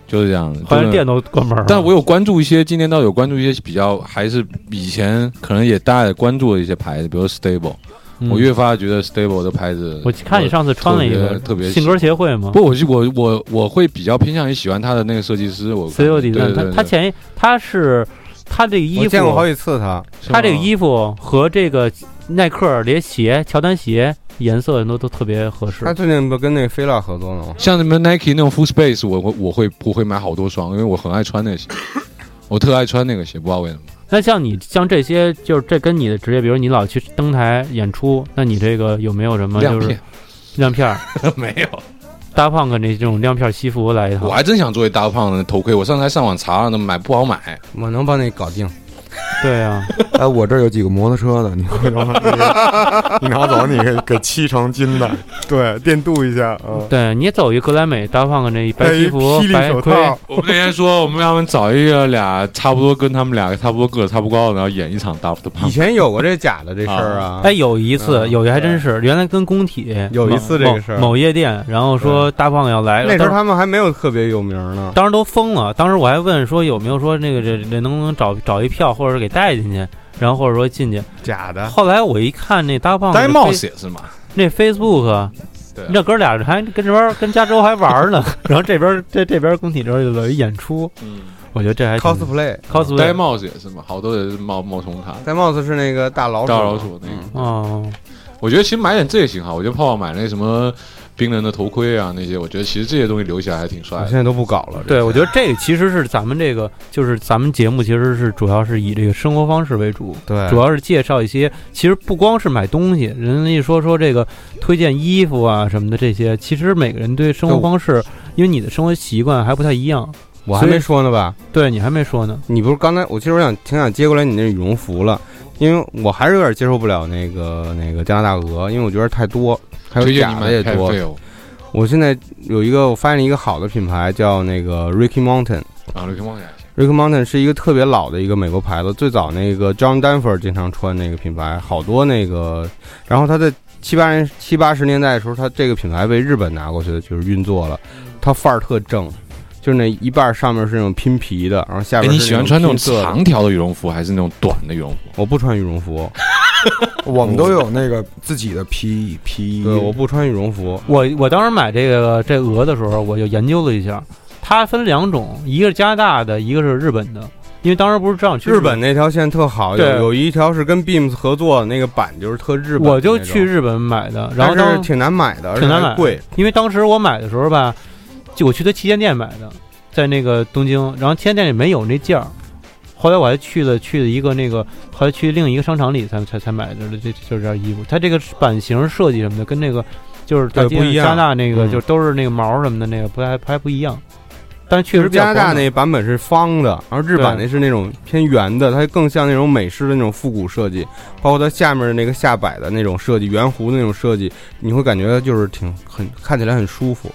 E: 就是这样的。
B: 好像
E: 就是
B: 店都关门了。
E: 但我有关注一些，今年倒有关注一些比较还是以前可能也大家也关注的一些牌子，比如 Stable，、
B: 嗯
E: 我越发觉得 Stable 的牌子，
B: 我看你上次穿了一个
E: 特别特别
B: 信鸽协会嘛
E: 不，我就我我我会比较偏向于喜欢他的那个设计师，我
B: 所有
E: 对
B: d
E: 对
B: e 他
E: 对
B: 他前一他是他这个衣
D: 我
B: 服，
D: 见过好几次啊他，
E: 是
B: 他这个
E: 吗
B: 衣服和这个耐克连鞋、乔丹鞋颜色都都特别合适
D: 他。最近不跟那个菲拉合作了吗？
E: 像什么 Nike 那种 Full Space，我会我会我会买好多双，因为我很爱穿那个 鞋，我特爱穿那个鞋，不知道为什么。
B: 那像你像这些，就是这跟你的职业，比如你老去登台演出，那你这个有没有什么
E: 亮
B: 就是
E: 片
B: 亮片儿、
E: 没有，
B: 大胖哥那这种亮片儿西服来一套
E: 我？还真想做一大胖的头盔，我上次还上网查了，那买不好买。
D: 我能帮你搞定。
B: 对啊，
A: 哎，我这儿有几个摩托车的，你回头你给 你拿走，你给给漆成金的。
G: 对，电镀一下啊，
B: 对你也走一格莱美，大胖哥那一白
G: 戴一
B: 西服
G: 霹、雳
B: 白
G: 手
B: 盔，
G: 套，
E: 我们那天说，我们让他们找一个俩差不多跟他们俩差不多个子差不高的，然后演一场大的胖
D: 以。前有过这假的这事儿啊，
B: 哎，，有一次，
D: 嗯
B: 有一还真是，原来跟工体
D: 有一
B: 某
D: 次这个事儿
B: 某某夜店，然后说大胖要来，
D: 那时
B: 当
D: 候他们还没有特别有名呢。
B: 当时都疯了，当时我还问说有没有说那个这这能不能找找一票，或者是给带进去，然后或者说进去。
G: 假的，
B: 后来我一看那大胖
E: 戴
B: 那
E: 帽
B: Face-
E: 子也是嘛，
B: 那 Facebook，
E: 对啊
B: 那哥俩还跟这边跟加州还玩呢， 然后这边这这边工体这边有一演出，
E: 嗯，
B: 我觉得这还挺
D: cosplay
B: cosplay
E: 戴帽子也是嘛，好多人是冒冒充他。
D: 戴帽子是那个大老鼠，
E: 大老鼠那个
D: 嗯
B: 哦，
E: 我觉得其实买点这也挺好，我觉得泡泡买那什么冰人的头盔啊那些，我觉得其实这些东西留起来还挺帅
D: 我
E: 的
D: 现。在都不搞了。这
B: 对，我觉得这个其实是咱们这个就是咱们节目其实是主要是以这个生活方式为主，
D: 对，
B: 主要是介绍一些，其实不光是买东西，人家一说说这个推荐衣服啊什么的这些，其实每个人对生活方
D: 嗯
B: 式，因为你的生活习惯还不太一样。
D: 我还
B: 所
D: 没
B: 以
D: 说呢吧？
B: 对你还没说呢，
D: 你不是刚才，我其实我想挺想接过来你那羽绒服了，因为我还是有点接受不了那个那个加拿大鹅，因为我觉得太多，还有
E: 推荐
D: 假
E: 你
D: 的
E: 买
D: 也
E: Cat
D: 多。
E: Fail
D: 我现在有一个，我发现了一个好的品牌，叫那个 Ricky Mountain。
E: 啊，瑞克梦想
D: Ricky Mountain 是一个特别老的一个美国牌子，最早那个 John Denver 经常穿那个品牌，好多那个，然后他在七八年七八十年代的时候，他这个品牌被日本拿过去的，就是运作了，
E: 嗯
D: 它范儿特正，就是那一半上面是那种拼皮的，然后下
E: 哎，
D: 边
E: 你
D: 是
E: 喜欢穿那种
D: 拼色的
E: 长条的羽绒服还是那种短的羽绒服？
D: 我不穿羽绒服，
A: 我们都有那个自己的皮
E: 嗯
A: 皮衣
D: 对，我不穿羽绒服，
B: 我我当时买这个这鹅的时候，我就研究了一下，它分两种，一个是加拿大的，一个是日本的，因为当时不是正好去
D: 日本那条线特好，有
B: 对
D: 有一条是跟 Beams 合作，那个版就是特日本的那种，
B: 我就去日本买的，然
D: 但
B: 后
D: 是
B: 当
D: 挺难买的，而且
B: 挺难买
D: 还贵，
B: 因为当时我买的时候吧，就我去他旗舰店买的，在那个东京，然后旗舰店里没有那件儿。后来我还去了去了一个那个，后来去另一个商场里才才才买的这这就是这件衣服。它这个版型设计什么的，跟那个就是在
D: 对不一样
B: 加拿大那个
D: 嗯
B: 就都是那个毛什么的那个不还还不一样。但是确实比较
D: 加拿大
B: 光滑
D: 那版本是方的，而日版那是那种偏圆的，它更像那种美式的那种复古设计，包括它下面那个下摆的那种设计，圆弧的那种设计，你会感觉就是挺很看起来很舒服。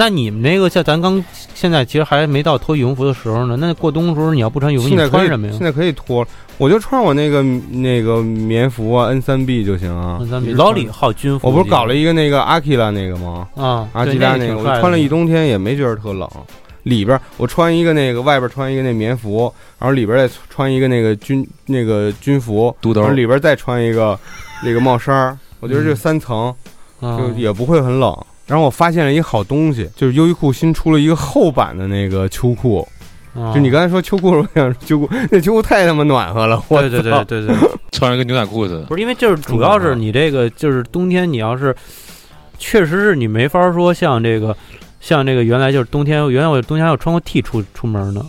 B: 那你们那个像咱刚现在其实还没到脱羽绒服的时候呢。那过冬的时候你要不穿羽绒，你
D: 现在可
B: 穿
D: 以
B: 什么呀
D: 现？在可以脱了，我就穿我那个那个棉服啊，N 三 B 就行啊。
B: 咱们老李好军服，
D: 我不是搞了一个那个阿基拉那个吗？
B: 啊，
D: 阿
B: 对
D: 基拉
B: 那
D: 那
B: 个
D: 个，
B: 挺
D: 我
B: 帅的
D: 穿了一冬天也没觉得特冷。里边儿我穿一个那个，外边儿穿一个那棉服，然后里边儿再穿一个那个军那个军服，
E: 肚兜
D: 然后里边儿再穿一个那个帽衫儿。我觉得这三层
B: 嗯啊
D: 就也不会很冷。然后我发现了一个好东西，就是优衣库新出了一个厚版的那个秋裤。
B: 啊
D: 就你刚才说秋裤，我想说秋裤，那秋裤太他妈暖和了。我
B: 对对对
D: 操
B: 对对，
E: 穿了个牛仔裤 子，
B: 不是因为就是主要是你这个就是冬天你要是，确实是你没法说像这个像这个原来就是冬天，原来我冬天还有穿过 T 出出门呢，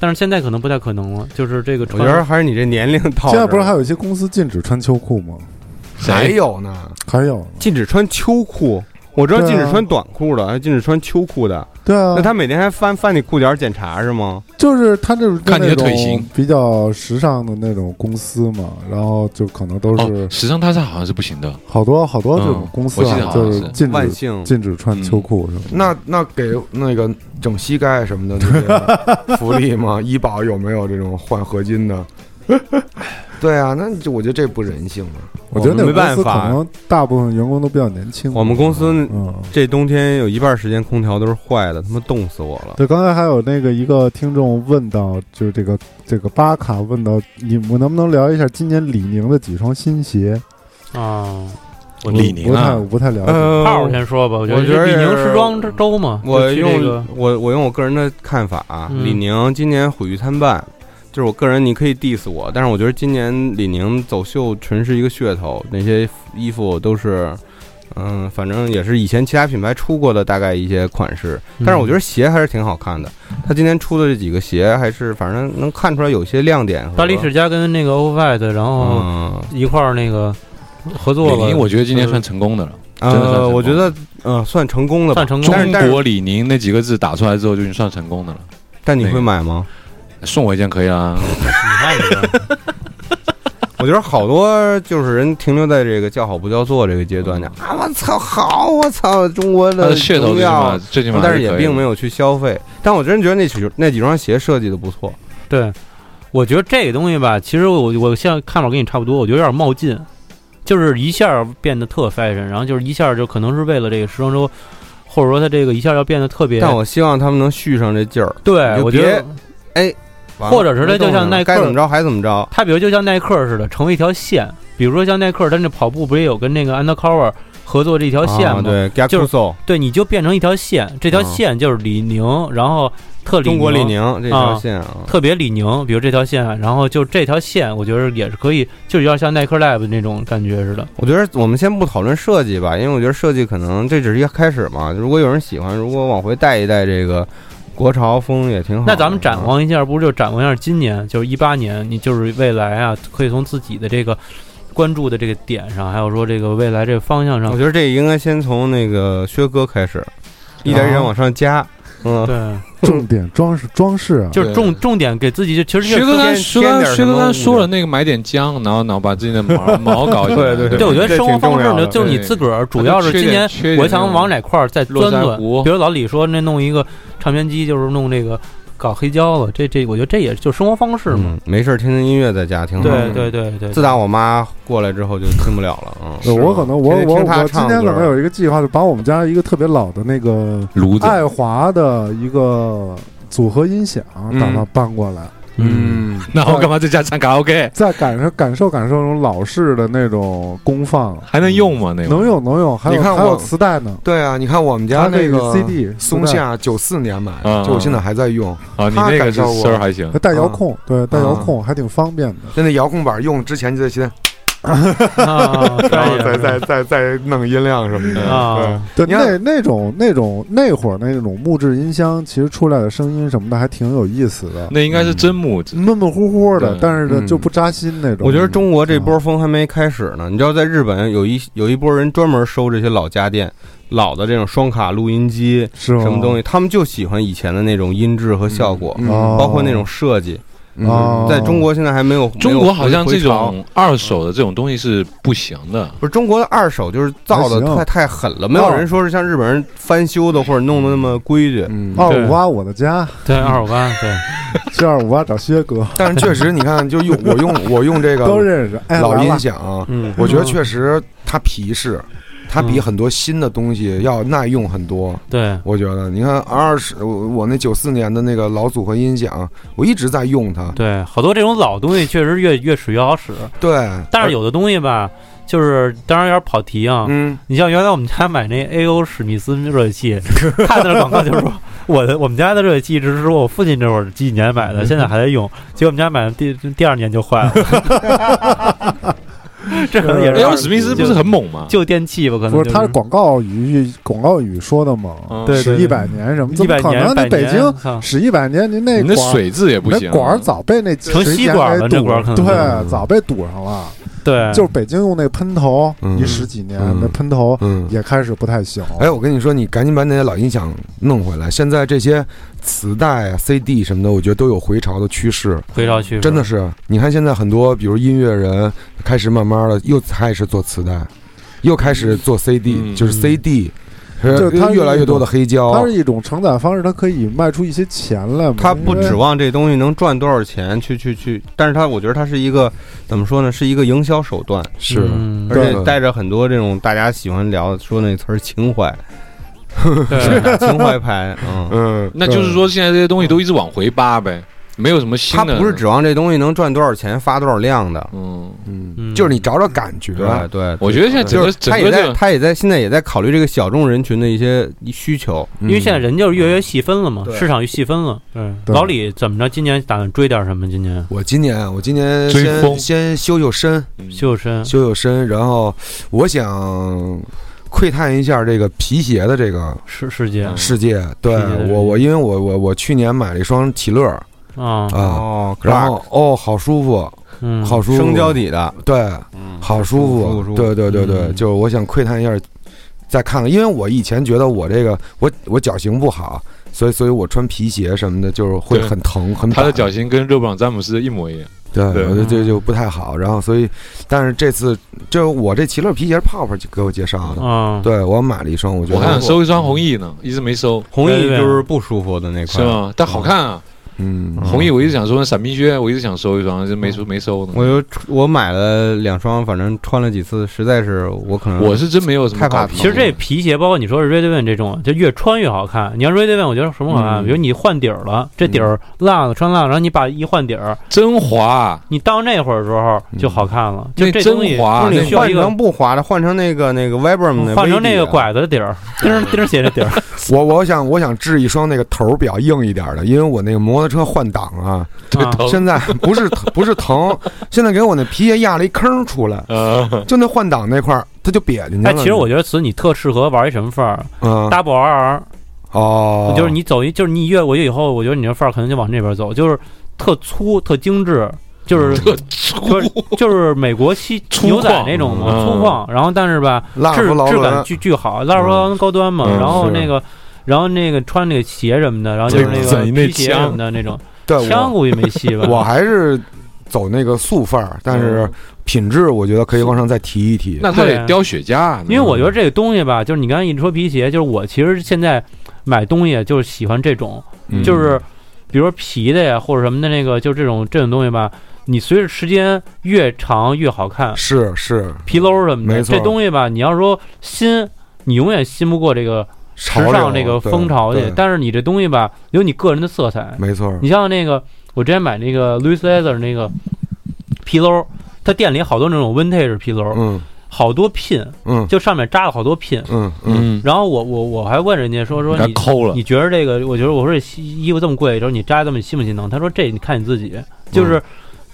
B: 但是现在可能不太可能了，就是这个
D: 我
B: 穿
D: 觉得还是你这年龄到
C: 现
D: 这儿
C: 在
D: 了。
C: 不是还有一些公司禁止穿秋裤吗？
E: 哎
A: 还有呢，
C: 还有，
D: 禁止穿秋裤？我知道
C: 对啊
D: 禁止穿短裤的，还禁止穿秋裤的。
C: 对啊，
D: 那他每天还翻翻你裤脚检查是吗？
C: 就是他这
E: 看你的腿型，
C: 比较时尚的那种公司嘛，然后就可能都
E: 哦
C: 是，
E: 时尚大厦好像是不行的，
C: 好多好多这种公司
E: 我记得
C: 啊，
E: 好
C: 就
E: 像
C: 是
E: 是嗯
C: 禁
D: 万
C: 止
D: 幸，
C: 禁止穿秋裤什么的。
A: 那那给那个整膝盖什么的那个福利吗？医保有没有这种换合金的？对啊，那就我觉得这不人性啊了。
C: 我觉得那
D: 我们没
C: 种公司
D: 办
C: 可
D: 法
C: 能大部分员工都比较年轻。
D: 我们公司
C: 嗯，
D: 这冬天有一半时间空调都是坏的，他妈冻死我了。
C: 对，刚才还有那个一个听众问到，就是这个这个巴卡问到，你们能不能聊一下今年李宁的几双新鞋？
B: 啊，
C: 我
E: 李宁
C: 不太
E: 啊
C: 我不太了解。
D: 呃
B: 炮儿先说吧，我觉得
D: 我觉得
B: 李宁
D: 是
B: 时装周嘛，
D: 我
B: 就去
D: 用、
B: 这个
D: 我我用我个人的看法、啊，
B: 嗯
D: 李宁今年毁誉参半，就是我个人你可以 diss 我，但是我觉得今年李宁走秀纯是一个噱头，那些衣服都是。嗯，反正也是以前其他品牌出过的大概一些款式，
B: 嗯
D: 但是我觉得鞋还是挺好看的。他今年出的这几个鞋还是反正能看出来有些亮点和。
B: 大力世家跟那个 o f f i t e 然后
D: 嗯，
B: 一块儿那个合作
E: 李
B: 了
E: 宁，我觉得今年算成功的了。
B: 哦
E: 真的算
D: 呃，
E: 成
D: 我觉
E: 功
D: 得呃算成功了
B: 算
D: 吧，
B: 成功
D: 但是但
E: 中
D: 是
E: 国李宁那几个字打出来之后，就已经算成功的了。
D: 但你
E: 那
D: 会
E: 个
D: 买吗？
E: 哎送我一件可以啊啦，
B: 你看你这个
D: 我觉得好多就是人停留在这个叫好不叫座这个阶段呢。啊，我操，好，我操，中国
E: 它
D: 的
E: 的噱头
D: 荣
E: 最起
D: 耀
E: 码，最起码
D: 但是也并没
E: 有。
D: 有去消费。但我真觉得那几那几双鞋设计的不错，
B: 对，我觉得这个东西吧，其实我我现在看法跟你差不多，我觉得有点冒进，就是一下变得特 fashion，然后就是一下就可能是为了这个时装周，或者说他这个一下要变得特别，
D: 但我希望他们能续上这劲儿。
B: 对
D: 你就
B: 我觉得
D: 别完了
B: 或者是它
D: 没动
B: 就像
D: 静
B: 耐克
D: 该怎么着还怎么着，
B: 它比如就像耐克似的，成为一条线，比如说像耐克，它那跑步不也有跟那个 Undercover 合作这条线
D: 啊
B: 吗？
D: 对 g a c
B: 就是
D: u
B: 对，你就变成一条线，这条
D: 嗯
B: 线就是李宁，然后特里
D: 中国李宁这条线啊，
B: 特别李宁，比如这条线，啊然后就这条线，我觉得也是可以，就是有点像耐克 Lab 那种感觉似的。
D: 我觉得我们先不讨论设计吧，因为我觉得设计可能这只是一个开始嘛。如果有人喜欢，如果往回带一带这个国潮风也挺好的。啊
B: 那咱们展望一下，不是就展望一下今年，就是一八年，你就是未来啊，可以从自己的这个关注的这个点上，还有说这个未来这个方向
D: 我
B: 上，
D: 觉得这应该先从那个薛哥开始，一点一点
B: 啊
D: 往上加。嗯，
B: 对，
C: 重点装饰装饰啊，
B: 就是重重点给自己就其实
E: 薛
B: 就是
E: 哥刚
D: 添
E: 薛
D: 添
E: 哥
D: 点
E: 薛
D: 什
E: 哥
D: 么
E: 刚
D: 东西
E: 说了那个买点姜，然后然后把自己的毛毛搞起来。
D: 对对对
B: 对，我觉得
D: 这
B: 生活
D: 挺重
B: 方式
D: 要
B: 呢，
D: 的
B: 就是你
E: 对
B: 自个儿，主要是今年我想往哪块儿再钻
E: 络
B: 钻
E: 腮，胡
B: 比如老李说那弄一个唱片机，就是弄这个搞黑胶了，这这我觉得这也就是生活方式嘛。
D: 嗯没事儿听听音乐在家挺好的。
B: 对对对对，
D: 嗯自打我妈过来之后就听不了了。嗯，
C: 对我可能我
D: 天天
C: 我
D: 听他
C: 我今
D: 唱
C: 天
D: 歌
C: 可能有一个计划，就把我们家一个特别老的那个呃
E: 炉子
C: 爱华的一个组合音响，
A: 嗯
C: 把它搬过来，
A: 嗯，
E: 那我干嘛在家唱卡拉 OK？
C: 再感受感受感受那种老式的那种功放，
E: 还能用吗？那个
C: 能用能用，还有
A: 你看我
C: 还有磁带呢，
A: 对啊，你看我们家
C: 它那
A: 那
C: 个
A: 个
C: CD
A: 松下九四年买的，
E: 嗯
A: 就我现在还在用，
E: 啊，你那
A: 他
E: 个
A: 感
E: 是
A: 受过
E: 声儿还行
D: 嗯
C: 还带遥控，对，带遥控还挺方便的。
A: 就那遥控板用之前就在先
B: 啊，
A: 然后
B: 可 以
A: 再再再再弄音量什么的
B: 啊，
C: 对，
A: 你看
C: 那那种那种那会儿那种木质音箱，其实出来的声音什么的还挺有意思的，
E: 那应该是真木子，
C: 闷闷乎乎的
E: 对，
C: 但是呢
D: 嗯
C: 就不扎心那种。
D: 我觉得中国这
C: 嗯
D: 波风还没开始呢。你知道，在日本有一有一波人专门收这些老家电、老的这种双卡录音机
C: 是
D: 什么东
C: 西，
D: 西，他们就喜欢以前的那种音质和效果，
A: 嗯
C: 哦
D: 包括那种设计。
C: 哦
D: 在中国现在还没有，
E: 中
D: 没
E: 国
D: 有
E: 好像
D: 回
E: 这
D: 回潮嗯
E: 种二手的这种东西是不行的，
D: 不是中国的二手就是造的
C: 还行
D: 太太狠了，没有人说是像日本人翻修的或者弄的那么规矩。
A: 嗯，
C: 二五八我的家，
B: 对二五八，对，
C: 去二五八找薛 哥
A: 但是确实，你看，就用我用我用这
C: 都
A: 个
C: 认识。哎，
A: 老
C: 来了
A: 音，响，
B: 嗯，
A: 我觉得确实它皮实，它比很多新的东西要耐用很多。
B: 对，
A: 我觉得，你看二十，我我那九四年的那个老组合音响，我一直在用它。
B: 对，好多这种老东西确实越越使越好使，
A: 对，
B: 但是有的东西吧，就是当然有点跑题啊。
A: 嗯，
B: 你像原来我们家买那 A.O. 史密斯热水器，看到那广告就 说我的我们家的热水器只是我父亲那会儿几几年
E: 嗯
B: 买的，现在还在用，结果我们家买的第第二年就坏 了。这可能也
E: 艾
B: 是
E: 尔呃史密斯不是很猛吗？
B: 旧电器吧？可能
C: 不
B: 就是
C: 他是广告语广告语说的嘛
E: 嗯，
B: 对对
C: 使
B: 对
C: 一百年什么，
B: 一
C: 怎么
B: 百
C: 可
B: 年
C: 能？
B: 百
C: 你北
B: 年嗯
C: 京
B: 操
C: 使一百年，您那
E: 你那
C: 管
E: 水质也不
C: 你
E: 行啊
C: 那，管儿早被那
B: 成
C: 水
B: 吸
C: 碱
B: 管
C: 给
B: 了
C: 堵
B: 那管儿可能嗯
C: 对，早被堵上了。
B: 对，
C: 就是北京用那喷头，
A: 嗯
C: 一十几年
A: 嗯
C: 那喷头
A: 嗯
C: 也开始不太行。
A: 哎，我跟你说，你赶紧把那些老音响弄回来。现在这些磁带啊、CD 什么的，我觉得都有回潮的趋势，
B: 回潮去
A: 真的是。你看现在很多，比如音乐人开始慢慢的又开始做磁带，又开始做 CD，、
E: 嗯
A: 就是 CD，
C: 就它是
A: 越来越多的黑胶
C: 它是。一种承载方式，它可以卖出一些钱来嘛。
D: 他不
C: 因为
D: 指望这东西能赚多少钱去去去，但是他我觉得他是一个怎么说呢，是一个营销手段，
A: 是，
B: 嗯
D: 而且
A: 对
D: 带着很多这种大家喜欢聊的说那词儿情怀，
B: 对
D: 情怀 牌，嗯。
A: 嗯，
E: 那就是说现在这些东西都一直往回扒呗，没有什么新
D: 他
E: 的。
D: 不是指望这东西能赚多少钱、发多少量的，
E: 嗯，
A: 嗯，
B: 嗯
A: 就是你找找感觉，
D: 对对，
E: 我觉得现在整
D: 就
E: 个
D: 是他
E: 整
D: 也
E: 个
D: 在
E: 这
D: 他也在现在也在考虑这个小众人群的一些需求，
A: 嗯
B: 因为现在人就是越来越细分了嘛，
D: 对
B: 市场越细分了。嗯，
C: 对
B: 老李怎么着？今年打算追点什么？今年
A: 我今年我今年
E: 追
A: 先
E: 风嗯
A: 先修修身，
B: 修身
A: 修修身，然后我想窥探一下这个皮鞋的这个
B: 世世界
E: 嗯
A: 世界。对
B: 皮鞋的世界
A: 我我因为我我我去年买了一双奇乐啊，
B: 啊，
D: 哦，
A: 然后哦好舒服，
B: 嗯，
A: 好舒服，
D: 生胶底的，
A: 对，
D: 嗯
A: 好舒
D: 舒服
A: 服，
D: 舒服
A: 对对对对，
B: 嗯
A: 就是我想窥探一下，再看看，因为我以前觉得我这个我我脚型不好。所以，所以我穿皮鞋什么的，就是会
E: 对
A: 很疼，很
E: 他的
A: 板
E: 脚型跟勒布朗詹姆斯一模一样。
A: 对，我
E: 对
A: 觉得这
B: 嗯
A: 就不太好。然后，所以，但是这次，就我这奇乐皮鞋是泡泡给我介绍的，
B: 啊，
A: 对我买了一双，我觉
E: 我还
A: 得
E: 想，收一双红翼呢，一直没收，
D: 红
B: 对
D: 衣
B: 对
D: 就是不舒服的那
E: 是
D: 块，
E: 吗？但好看啊，
A: 嗯，
E: 红翼我一直想收，闪避靴我一直想收一双，就没收没收呢。
D: 我就我买了两双，反正穿了几次，实在是我可能
E: 我是真没有什么
D: 太怕
E: 搞头。
B: 其实这皮鞋，包括你说是 Rayban 这种，就越穿越好看。你要 Rayban，我觉得什么好看？
A: 嗯
B: 啊比如你换底儿了，这底儿烂了，穿烂了，然后你把一换底儿，
E: 真啊滑，
B: 你到那会儿的时候就好看了。就
E: 那
B: 这
E: 真
B: 东西，
E: 滑
B: 你
D: 你
B: 需要
D: 换
B: 啊一个
D: 成不滑的，换成那个那个 Vibram 的，
B: 换成
A: 啊
B: 那个，拐子的底儿，钉儿钉儿鞋的底儿。
A: 我我想我想制一双那个头儿比较硬一点的，因为我那个摩托车换挡啊，
E: 对
B: 啊
E: 头
A: 现在不 是疼不是疼，现在给我那皮鞋压了一坑出来，
E: 呃，
A: 就那换挡那块儿，它就瘪进去了。
B: 嗯哎，其实我觉得此你特适合玩一什么范儿
A: 嗯
B: ，Double R，
A: 哦，
B: 就是你走一，就是你越过去以后，我觉得你这范儿可能就往这边走，就是特粗、特精致，就是
A: 嗯
E: 特
B: 就
E: 粗
B: 是就是美国西
E: 粗犷
B: 牛仔那种嘛，
E: 嗯
B: 粗犷。然后但是吧，
A: 拉
B: 质
A: 夫劳
B: 质感
A: 伦，
B: 巨巨好，拉夫劳伦高端嘛。
E: 嗯
B: 然后
A: 是
B: 那个，然后那个穿那个鞋什么的，然后就是那
E: 整
B: 个
E: 一那
B: 皮鞋
E: 枪
B: 什么的那种，
A: 对
B: 枪
A: 我
B: 估计没戏 吧？
A: 我还是走那个素范儿，但是
B: 嗯
A: 品质我觉得可以往上再提一提。
E: 那他得雕雪茄啊，
B: 因为我觉得
A: 嗯
B: 这个东西吧，就是你刚才一说皮鞋，就是我其实现在买东西就是喜欢这种，
A: 嗯
B: 就是比如说皮的呀或者什么的那个，就这种这种东西吧，你随着时间越长越好看，
A: 是是
B: 皮褛什么的，
A: 没错
B: 这东西吧，你要说新，你永远新不过这个时
A: 潮流
B: 尚这个风潮
A: 对
B: 去
A: 对，
B: 但是你这东西吧，有你个人的色彩。
A: 没错，
B: 你像那个我之前买那个 Louis Leather 那个皮褛，他店里好多那种 vintage 皮褛，
A: 嗯
B: 好多拼，
A: 嗯
B: 就上面扎了好多拼。
A: 嗯嗯，
E: 嗯，
B: 然后我我我还问人家说说
E: 他
B: 你
E: 抠了
B: 你，觉得这个？我觉得我说这西衣服这么贵，就是你扎这么心不心疼？他说这你看你自己，就是。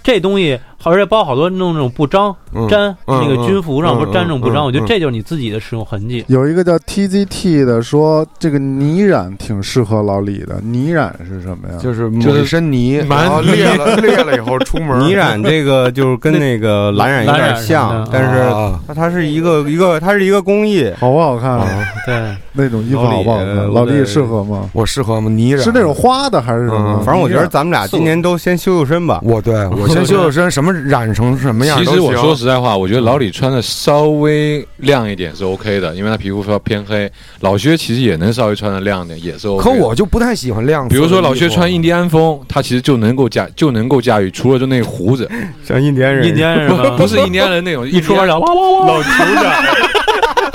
B: 这东西，而且包括好多弄那种布章
A: 嗯
B: 粘
A: 嗯
B: 那个军服上
A: 嗯
B: 不是粘这种布
A: 嗯
B: 章，我
A: 嗯
B: 觉得这就是你自己的使用痕迹。
C: 有一个叫 TGT 的说，这个泥染挺适合老李的。泥染是什么呀？
A: 就是
E: 就
A: 满
E: 是
A: 身泥，
G: 满
A: 然后裂了裂了以后出门，
D: 泥染这个就是跟 那个蓝染有
B: 蓝
D: 点
B: 染
D: 像
B: 什么，的
D: 但是
A: 啊
D: 它它是一个一个它是一个工艺，
C: 好不好看啊？
B: 对，
C: 那种衣服好不好
D: 老
C: 看？
D: 李
C: 老李适合吗？
A: 我适合吗？泥染
C: 是那种花的还是什么？
A: 嗯
D: 反正我觉得咱们俩今年都先修修身吧。
A: 我对我先修修身，什么染成什么样
E: 其
A: 都
E: 实我
A: 行
E: 说实在话，我觉得老李穿的稍微亮一点是 OK 的，因为他皮肤稍偏黑。老薛其实也能稍微穿的亮点，也是 OK
A: 可
E: 的。
A: 我就不太喜欢亮色的
E: 比
A: 衣服。
E: 如说老薛穿印第安风，他其实就能够驾就能够驾驭，除了就那个胡子，
D: 像印第安
B: 印第安人
E: 不
B: 嘛
E: 不是印第安人那种，
B: 一出门
E: 印
B: 聊哇哇哇，
G: 老酋长，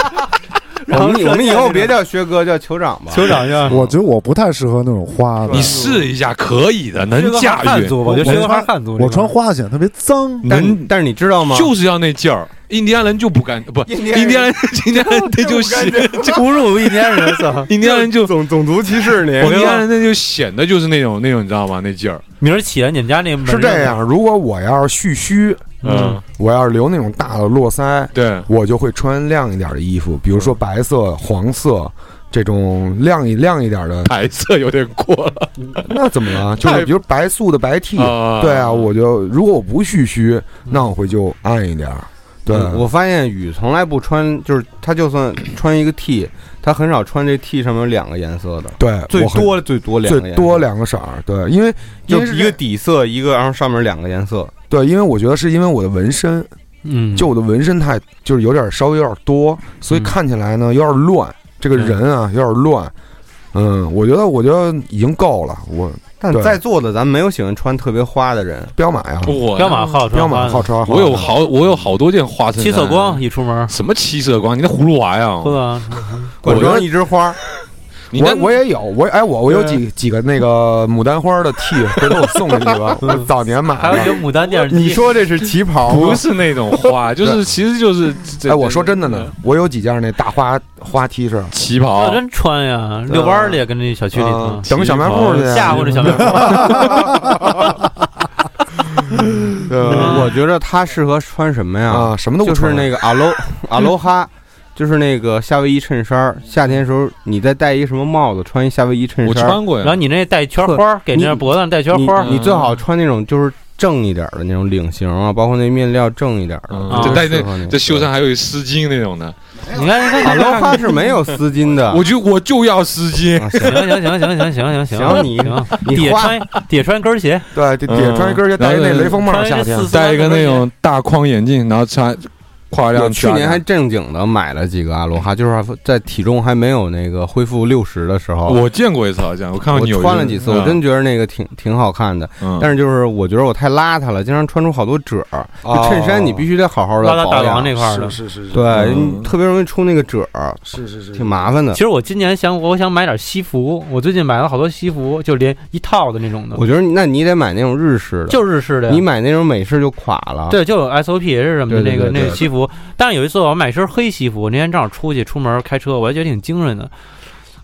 D: 我们我们以后别叫薛哥，叫酋长吧。
G: 酋长像
C: 我觉得我不太适合那种花
E: 第安
C: 的
E: 你。试一下可以的，能
B: 薛哥还是
E: 驾
B: 汉
E: 驭，
B: 族吧，我觉得薛哥还是汉族。
C: 我穿花显得特别脏，
D: 但但是你知道吗？
E: 就是要那劲儿。印第安人就不干，不，
D: 印第安人
E: 印第安人，印第安人他就显，
B: 侮辱印第安人， 操！
E: 印第安人就，
D: 种种族歧视你。
E: 印第安人那就显得就是那种那种，你知道吗？那劲儿，
B: 明儿起来你们家那门
A: 是这，样，如果我要是蓄须，
E: 嗯，
A: 我要是留那种大的络腮，
E: 对，。
A: 我就会穿亮一点的衣服，比如说白色、黄色这种亮一亮一点的
E: 白色有点过了，
A: 那怎么了？就是比如白素的白 T，
E: 啊嗯
A: 对啊，我就如果我不蓄须，那我会就暗一点儿。对，
D: 嗯我发现雨从来不穿，就是他就算穿一个 T，他很少穿这 T 上面有两个颜色的，
A: 对，
D: 最
A: 我很
D: 多最多两个
A: 最
D: 颜色，
A: 多两个色儿。对，因为因
D: 就
A: 为是
D: 一个底色，一个然后上面两个颜色。
A: 对，因为我觉得是因为我的纹身，
B: 嗯，
A: 就我的纹身太就是有点稍微有点多，所以
B: 嗯
A: 看起来呢有点乱，这个人啊有点乱。嗯，我觉得我觉得已经够了，我
D: 但
A: 对
D: 在座的咱们没有喜欢穿特别花的人，
A: 彪马呀，
E: 我
B: 彪马好穿
A: 彪马
B: 花
A: 好
D: 啊
A: 穿，
E: 我有好我有好多件花衬
B: 七
E: 衫，啊
B: 色光一出门，
E: 什么七色光？你那葫芦娃呀？
B: 对吧？
A: 啊我
D: 管装一枝花，
E: 你那
A: 我我也有，我哎我我有几几个那个牡丹花的 T，回头我送给你吧，我早年买
B: 还有一
A: 的。
B: 个牡丹电视机，
G: 你说这是旗袍
D: 啊
G: 吗
E: 不？是那种 花，就是其实就是这
A: 哎，我说真的
E: 嗯
A: 呢，我有几件那大花花 T 恤，
E: 旗
B: 要
E: 袍，
B: 啊真穿呀，遛弯儿去跟那小区里头
A: 啊等小卖部去
B: 嗯吓唬这小卖部。
A: 呃
D: 我觉得他适合穿什么呀？
A: 啊，什么都不
D: 就是
A: 穿
D: 那个阿罗阿罗哈，就是那个夏威夷衬衫儿。夏天的时候，你再戴一个什么帽子，穿一夏威夷衬
E: 我
D: 衫儿。
E: 穿过呀。
B: 然后你那带圈花儿，给那脖子上带圈花儿
D: 你，你最好穿那种就是正一点儿的那种领型啊，包括那面料正一点儿的。
E: 嗯
B: 啊
E: 就戴那这袖
D: 修
E: 上还有一丝巾那种的，
B: 你看，你看，
D: 阿罗哈是没有丝巾的。
E: 我就我就要丝巾。
D: 啊
B: 行行
D: 行
B: 行行行行行
D: 行你
B: 行，
D: 你
B: 底下
D: 花
B: 穿底下穿根儿鞋，
A: 对，得得穿一根儿鞋，戴一那雷锋帽，
B: 穿一
A: 夏天
B: 四四
E: 戴一个那种大框眼镜，然后穿跨
D: 我
E: 量
D: 去年还正经的买了几个阿罗哈，就是在体重还没有那个恢复六十的时候，
E: 我见过一次，好像我看
D: 我
E: 过纽约
D: 穿了几次，我真觉得那个挺挺好看的。
E: 嗯
D: 但是就是我觉得我太邋遢了，经常穿出好多褶儿。就衬衫你必须得好好的
B: 拉拉大
D: 保养
B: 王那。块儿的。
A: 是是
D: 对，
E: 嗯
D: 你特别容易出那个褶儿，
A: 是是是
D: 挺麻烦的
B: 其。实我今年想，我想买点西服，我最近买了好多西服，就连一套的那种的
D: 我，觉得那你得买那种日式的，
B: 就日式的呀。
D: 你买那种美式就垮了。
B: 对，就有 SOP 是什么的
D: 对对
B: 那个
D: 对
B: 那
D: 对
B: 个西服。但是有一次我买一身黑西服，我那天正好出去出门开车，我还觉得挺精神的。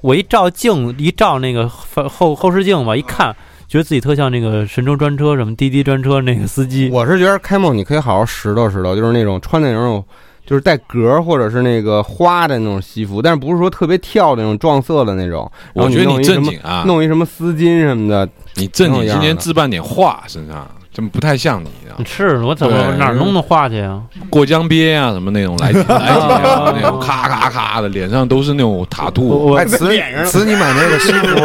B: 我一照镜，一照那个后后后视镜吧，一看，觉得自己特像那个神州专车什么滴滴专车那个司机。
D: 我是觉得开梦你可以好好拾掇拾掇，就是那种穿那种就是带格儿或者是那个花的那种西服，但是不是说特别跳的那种撞色的那种。然
E: 我
D: 后
E: 觉得
D: 嗯弄
E: 你
D: 一
E: 正
D: 什么
E: 经啊，
D: 弄一什么丝巾什么的，
E: 你正
D: 挺
E: 经
D: 有
E: 今
D: 样
E: 年
D: 的
E: 置办点画身上，这么不太像你啊。
B: 是我怎么
E: 对
B: 哪儿弄的话去呀？
E: 过江鳖啊什么那种来几 来几条那种咔咔咔的，脸上都是那种塔兔。
A: 哎，词词，你买那个 西服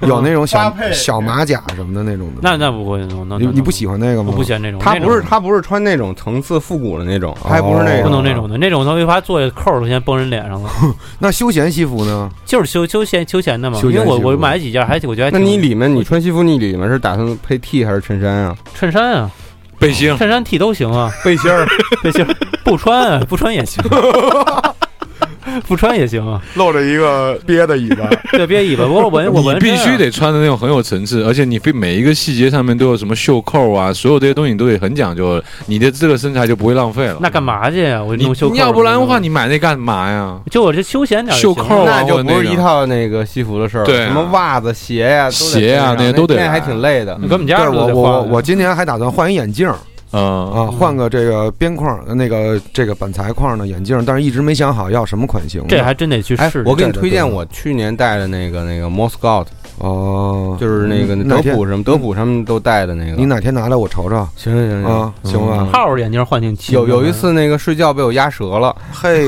A: 有那种
G: 搭
A: 小
G: 配
A: 小马甲什么的那种的，
B: 那那不会弄，那
A: 你你不喜欢那个
B: 我
A: 吗？
B: 不喜欢那种，哦
D: 他
B: 那种
D: 不是他不是穿那种层次复古的那种，他还不是那
A: 哦
D: 种，
B: 不能那种的，那种他没法做扣儿都先崩人脸上了，
A: 那休闲西服呢？
B: 就是休休闲休闲的嘛。
A: 休
B: 因
A: 闲
B: 为我
A: 西服
B: 我买了几件，还挺我觉得还
D: 那
B: 挺
D: 你里面你穿西服，你里面是打算配 T 还是衬衫啊？
B: 衬衫啊，
E: 背心，
B: 衬衫 T 都行啊，
D: 背心儿，
B: 背心儿不穿啊，不穿也行。不穿也行啊，
A: 露着一个憋的尾 巴，
B: 对，别尾巴，我闻我
E: 你
B: 闻
E: 必须
B: 着
E: 得穿的那种很有层次，而且你非每一个细节上面都有什么袖扣啊，所有这些东西你都得很讲究，你的这个身材就不会浪费了。
B: 啊那干嘛去呀？我
E: 你
B: 弄袖扣
E: 你
B: 儿
E: 要不然的话，你买那干嘛呀？
B: 就我这休闲点儿
E: 袖
B: 就行
E: 扣
B: 了
E: 啊
D: 那就不
E: 或者
D: 是
E: 那
D: 一
E: 个
D: 套那个西服的事儿了，
E: 对啊
D: 什么袜子、鞋呀、都得
E: 鞋啊
D: 配上
E: 那些都得
D: 那还
E: 来
D: 挺累的。
B: 你跟我们家
A: 对
B: 儿
A: 我
B: 子
A: 我我
B: 换
A: 我今年还打算换一眼镜儿
E: 嗯，
A: 啊，换个这个边框那个这个板材框的眼镜儿，但是一直没想好要什么款型的。
B: 这还真得去
D: 哎
B: 试，
D: 我给你
A: 这个
D: 推
A: 对
D: 荐我去年戴的那个那个 Moscow，
A: 哦，
D: 就是那个
A: 嗯
D: 德
A: 哪天
D: 普什么德普他们都戴的那个。
A: 你哪天拿来我瞅瞅
D: 行行行行，
A: 啊，行吧？
B: 套儿眼镜儿换挺齐的。
D: 有有一次那个睡觉被我压折了，
A: 嘿，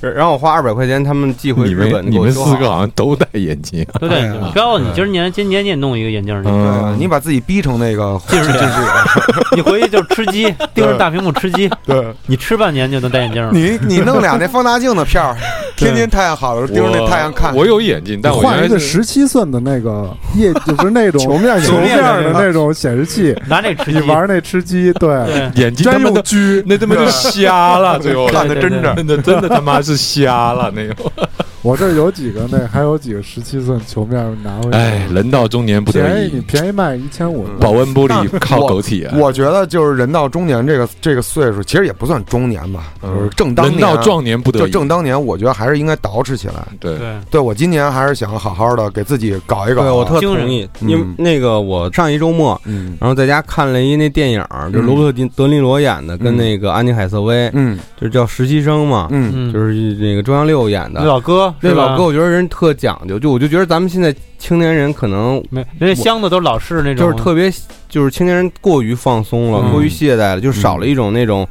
B: 对，
D: 然后我花二百块钱他们寄回
E: 你
D: 日本
E: 们
D: 给
E: 你
D: 我
E: 们
D: 修
E: 四
D: 好
E: 个好像都戴眼镜，
B: 都戴眼
A: 哎
B: 镜
A: 呀。
B: 告诉你，今儿年今年你也弄一个眼镜儿去，
A: 对
E: 嗯
A: 啊，你把自己逼成那个
B: 近视近视， 你回去就吃鸡，盯着大屏幕吃鸡，
A: 对。
B: 你吃半年就能戴眼镜儿了。
A: 你 你弄俩那放大镜的片 儿，天天太阳好了，盯着那太阳看。
E: 我有眼镜，但我
C: 换一
E: 原
C: 个
E: 来是
C: 十七寸的那个液， 就不是那种球面球面的那种显示器，
B: 拿那个吃
C: 你
B: 鸡，
C: 玩那吃鸡，对，
B: 对，
E: 眼睛他
C: 专
E: 妈
C: 用
E: 的
C: 狙。
E: 那他妈就瞎了，最后
A: 看得真着，
E: 真的真的他妈是瞎了那种。
C: 我这儿有几个那，还有几个十七寸球面拿回来，
E: 哎，人到中年不得
C: 便宜你
E: 已，
C: 便宜卖一千五，
A: 嗯
E: 保温玻璃靠狗体啊。
A: 我觉得就是人到中年这个这个岁数，其实也不算中年吧，就是正当
E: 人
A: 年啊
E: 到。壮年不得
A: 就
E: 已，
A: 正当年，我觉得还是应该捯饬起来。
E: 对，
B: 对，
D: 嗯
A: 对我今年还是想好好的给自己搞一啊搞。
D: 对我特
B: 精神
D: 同意，
A: 嗯
D: 因为那个我上一周末，
A: 嗯
D: 然后在家看了一那电影儿，就罗伯特·德尼罗演的，跟那个安妮·海瑟薇，
A: 嗯
D: 就是叫实习生嘛，
A: 嗯
B: 嗯，
D: 就是那个中央六演
B: 那
D: 的。
B: 老哥，
D: 那
B: 是吧
D: 老哥，我觉得人特讲究，就我就觉得咱们现在青年人可能
B: 没，人家箱子都是老式那
D: 就
B: 种，
D: 是特别，就是青年人过于放松了，
B: 嗯
D: 过于懈怠了，就少了一种那种，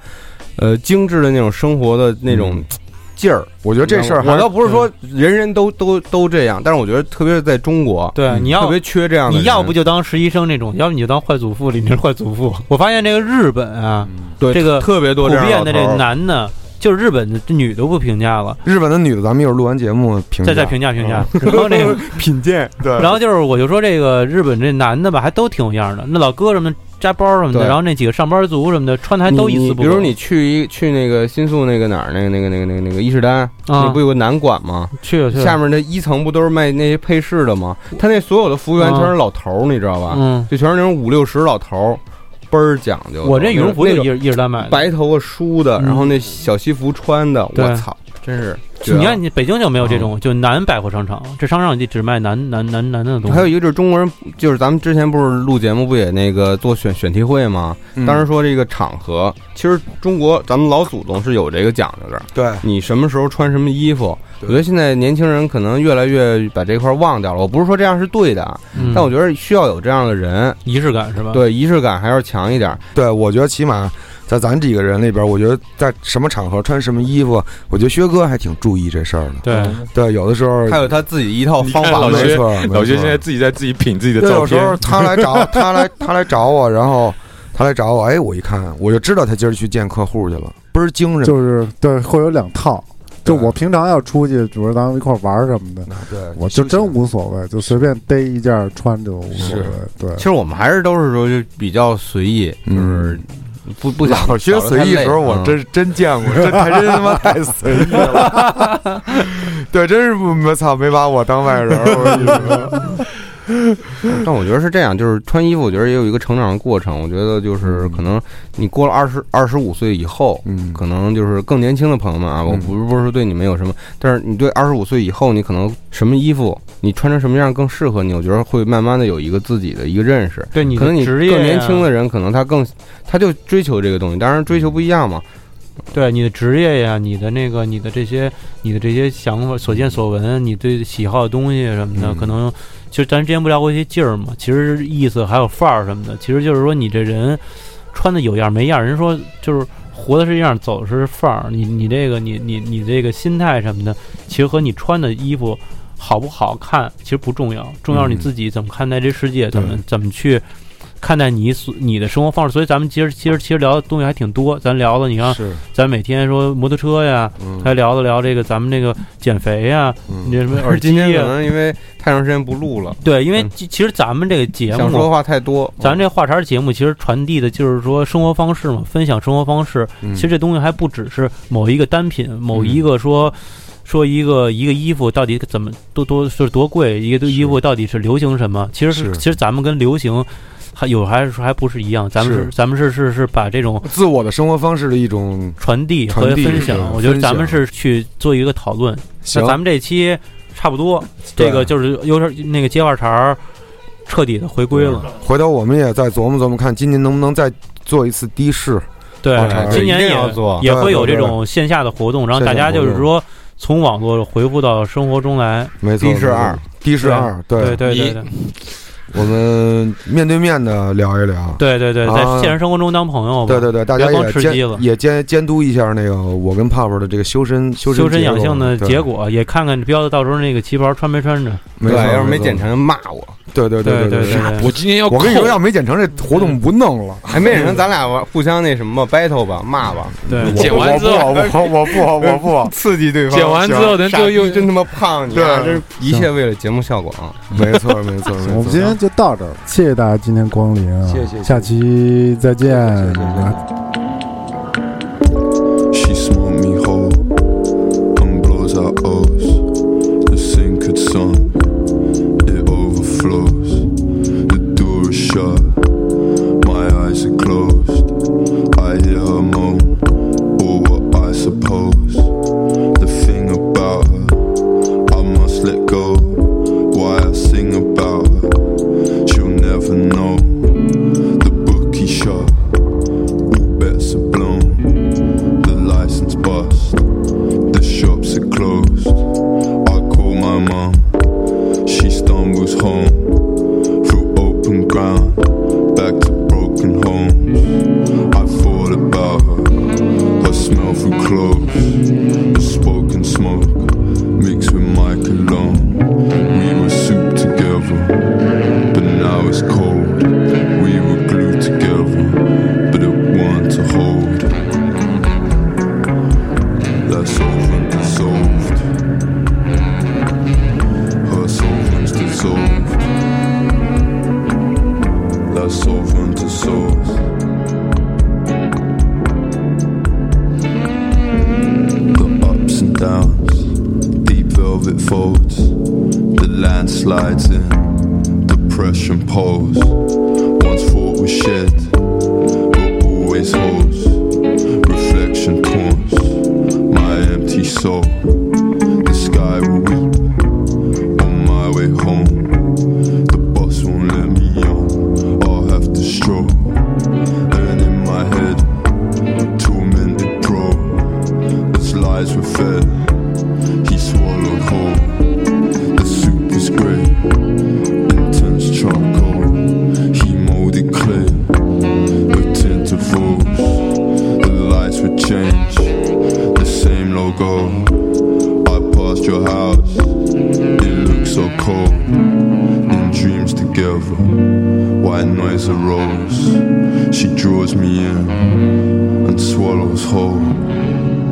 D: 呃，精致的那种生活的那种
B: 嗯
D: 劲儿。
A: 我觉得这事儿
D: 我
A: 还
D: 倒不是说人人都都都这样，但是我觉得特别是在中国，
B: 对，你
D: 嗯特
B: 要
D: 别缺这样的人。
B: 你要不就当实习生那种，要不你就当坏祖父里那坏祖父。我发现这个日本啊，
D: 对
B: 这个
D: 特别
B: 普
D: 多嗯这样
B: 遍
D: 的
B: 的
D: 老头
B: 这
D: 儿
B: 男的，就是日本的这女都不评价了，
A: 日本的女的，咱们一会儿录完节目评价
B: 再再评价评
D: 嗯
B: 价。然后那个，
D: 品鉴，
A: 对，
B: 然后就是我就说这个日本这男的吧，还都挺有样儿的。那老哥什么的扎包什么的，
D: 对
B: 然后那几个上班族什么的，穿的还都一
D: 你
B: 丝
D: 你
B: 不
D: 比
B: 苟。
D: 如你去一去那个新宿那个哪儿，那个那个那个那个那个伊势丹，
B: 啊
D: 那不有个南馆吗？
B: 去了去了
D: 下面那一层不都是卖那些配饰的吗？他那所有的服务员
B: 啊
D: 全是老头儿，你知道吧？
B: 嗯，
D: 就全是那种五六十老头儿，倍儿讲究的。
B: 我这羽绒服
D: 那
B: 就
D: 种
B: 一一直在买的。
D: 白头发梳的，
B: 嗯
D: 然后那小西服穿的，
B: 对
D: 我操，真是啊嗯绝了。
B: 你看，你北京就没有这种，就男百货商场，这商场就只卖男男男男的东西。
D: 还有一个就是中国人，就是咱们之前不是录节目不也那个做选选题会吗？
A: 嗯
D: 当时说这个场合，其实中国咱们老祖宗是有这个讲究的，
A: 对
D: 你什么时候穿什么衣服。我
A: 对
D: 觉得现在年轻人可能越来越把这块忘掉了。我不是说这样是对的啊，
B: 嗯，
D: 但我觉得需要有这样的人，
B: 仪式感是吧？，
D: 对仪式感还要强一点。
A: 对，我觉得起码在咱几个人里边，我觉得在什么场合穿什么衣服，我觉得薛哥还挺注意这事儿的。
B: 对，
D: 嗯
A: 对，有的时候
D: 还有他自己一套方
E: 你看
D: 法
E: 老
D: 论
E: 薛
A: 没错，没错
E: 老薛现在自己在自己品自己的
A: 对，
E: 照
A: 有时候
E: 片，
A: 他来 找他来他来找我，然后他来找我，哎，我一看我就知道他今儿去见客户去了，倍儿精神。
C: 就是对，会有两套。就我平常要出去，比如咱们一块儿玩儿什么的，
A: 对，
C: 我就真
A: 休息
C: 无所谓，就随便逮一件儿穿着无所谓
A: 是。
C: 对，
D: 其实我们还是都是说就比较随意，就是不不 想
A: 老薛
D: 嗯搞得
A: 随
D: 太
A: 意
D: 累
A: 的时候，我
D: 嗯
A: 真真见过，真还真他妈太随意了。 对，真是不，我操，没把我当外人。我跟你说
D: 但我觉得是这样，就是穿衣服，我觉得也有一个成长的过程。我觉得就是可能你过了二十二十五岁以后，
A: 嗯，
D: 可能就是更年轻的朋友们啊，我
A: 嗯
D: 不是不是说对你们有什么，但是你对二十五岁以后，你可能什么衣服，你穿成什么样更适合你，我觉得会慢慢的有一个自己的一个认识。
B: 对你
D: 可能你
B: 职
D: 更
B: 业呀
D: 年轻的人，可能他更他就追求这个东西，当然追求不一样嘛。
B: 对你的职业呀，你的那个，你的这些，你的这些想法、所见所闻，你对喜好的东西什么的，
A: 嗯
B: 可能就咱之前不聊过一些劲儿嘛，其实意思还有范儿什么的，其实就是说你这人穿的有样没样儿。人说就是活的是样儿，走的是范儿。
A: 嗯
B: 你你这个你你你这个心态什么的，其实和你穿的衣服好不好看其实不重要，重要是你
A: 嗯
B: 自己怎么看待这世界，怎么
A: 对
B: 怎么去看待你所你的生活方式。所以咱们其实其实其实聊的东西还挺多，咱聊的你看，
A: 是，
B: 咱每天说摩托车呀，
A: 嗯
B: 还聊了聊这个咱们这个减肥呀，
A: 嗯
B: 你这什么
D: 而
B: 耳
D: 今
B: 机
D: 天可
B: 呀，
D: 能因为太长时间不录了，
B: 对，因为
D: 嗯
B: 其其实咱们这个节
D: 想说的
B: 目。
D: 话太多。
B: 咱这话茬儿节目其实传递的就是说生活方式嘛，分享生活方式，
A: 嗯
B: 其实这东西还不只是某一个单品，某一个说、说一个一个衣服到底怎么多多是多贵，一个衣服到底是流行什么？其实是
A: 是
B: 其实咱们跟流行还有还是还不是一样，咱们是
A: 是
B: 咱们是是是把这种
A: 自我的生活方式的一种
B: 传递和
A: 传递
B: 分
A: 是
B: 享
A: 的，
B: 我觉得
A: 分
B: 咱们
A: 享
B: 是去做一个讨论。
A: 行
B: 那咱们这期差不多，
A: 对
B: 这个就是有点那个接话茬儿彻底的回归了。
A: 嗯回头我们也再琢磨接琢磨，看今年能不能再做一次的士。
B: 对
A: 话茬儿，
B: 今
D: 一
B: 年
D: 定
B: 也
D: 要做
B: 也
A: 对
B: 会有
A: 对
B: 这
A: 对
B: 种线下的活动，然后
A: 线
B: 大
A: 下
B: 家就
A: 活
B: 是
A: 动
B: 说从网络回复到生活中来。
A: 没错，
D: 的士二，
A: 的士二，
B: 对
A: 对，
B: 对对
E: 一
B: 对
A: 我们面对面的聊一聊。
B: 对对对，在
A: 啊
B: 现实生活中当朋友吧。
A: 对对对，大家
B: 别光
A: 也
B: 吃鸡了
A: 监也监监督一下那个我跟泡泡的这个修身修身
B: 修身养
A: 结构
B: 性的
A: 对
B: 结果，也看看彪子到时候那个旗袍穿没穿着。
A: 没错，
D: 要是没
A: 错
D: 剪，成骂我，
A: 对对
B: 对
A: 对
B: 对，对，
E: 我今天要
A: 我跟你
E: 扣
D: 哦
A: 说，要没剪成这活动不弄了。
D: 还没人，咱俩玩互相那什么 battle 吧，骂吧，
B: 对
E: 剪完之后
A: 我 不我不我不我不
D: 刺激对方。
E: 剪完之后，人
D: 傻
E: 就
D: 逼
E: 又
D: 真他妈胖，你啊
A: 对
D: 这一切为了节目效果啊！
A: 没错没错没
C: 我
A: 错。
C: 们今天就到这儿，谢谢大家今天光临啊，
A: 谢谢谢谢
C: 下期再见，啊
A: 谢谢谢谢
H: She swung me whole and blows out O's. The sink had sunk, it overflows. The door is shut, my eyes are closed. I hear her moan, or what I suppose. The thing about her, I must let go. Why I sing about her, she'll never know. The bookie shut, all bets are blown. The license bust, the shops are closed. I call my mum, she stumbles home through open ground, back to broken homes. I thought about her, her smell through clothes, the smoke and smoke mixed with my cologne. We were soup together, but now it's cold. We were glued together, but it will to hold that's over dissolved. Her sovereign's dissolved. That's sovereign dissolved. The ups and downs, deep velvet folds. The land slides in, depression pulls. Once thought was shed, but always holds. Reflection taunts my empty soul. The sky will weep on my way home. The bus won't let me on, I'll have to stroll. And in my head, tormented pro, as lies were fed, he swallowed whole. The soup was grey, intense charcoal. He molded clay, a tint of rose. The lights would change the same logo. I passed your house, it looked so cold. In dreams together, white noise arose. She draws me in and swallows whole.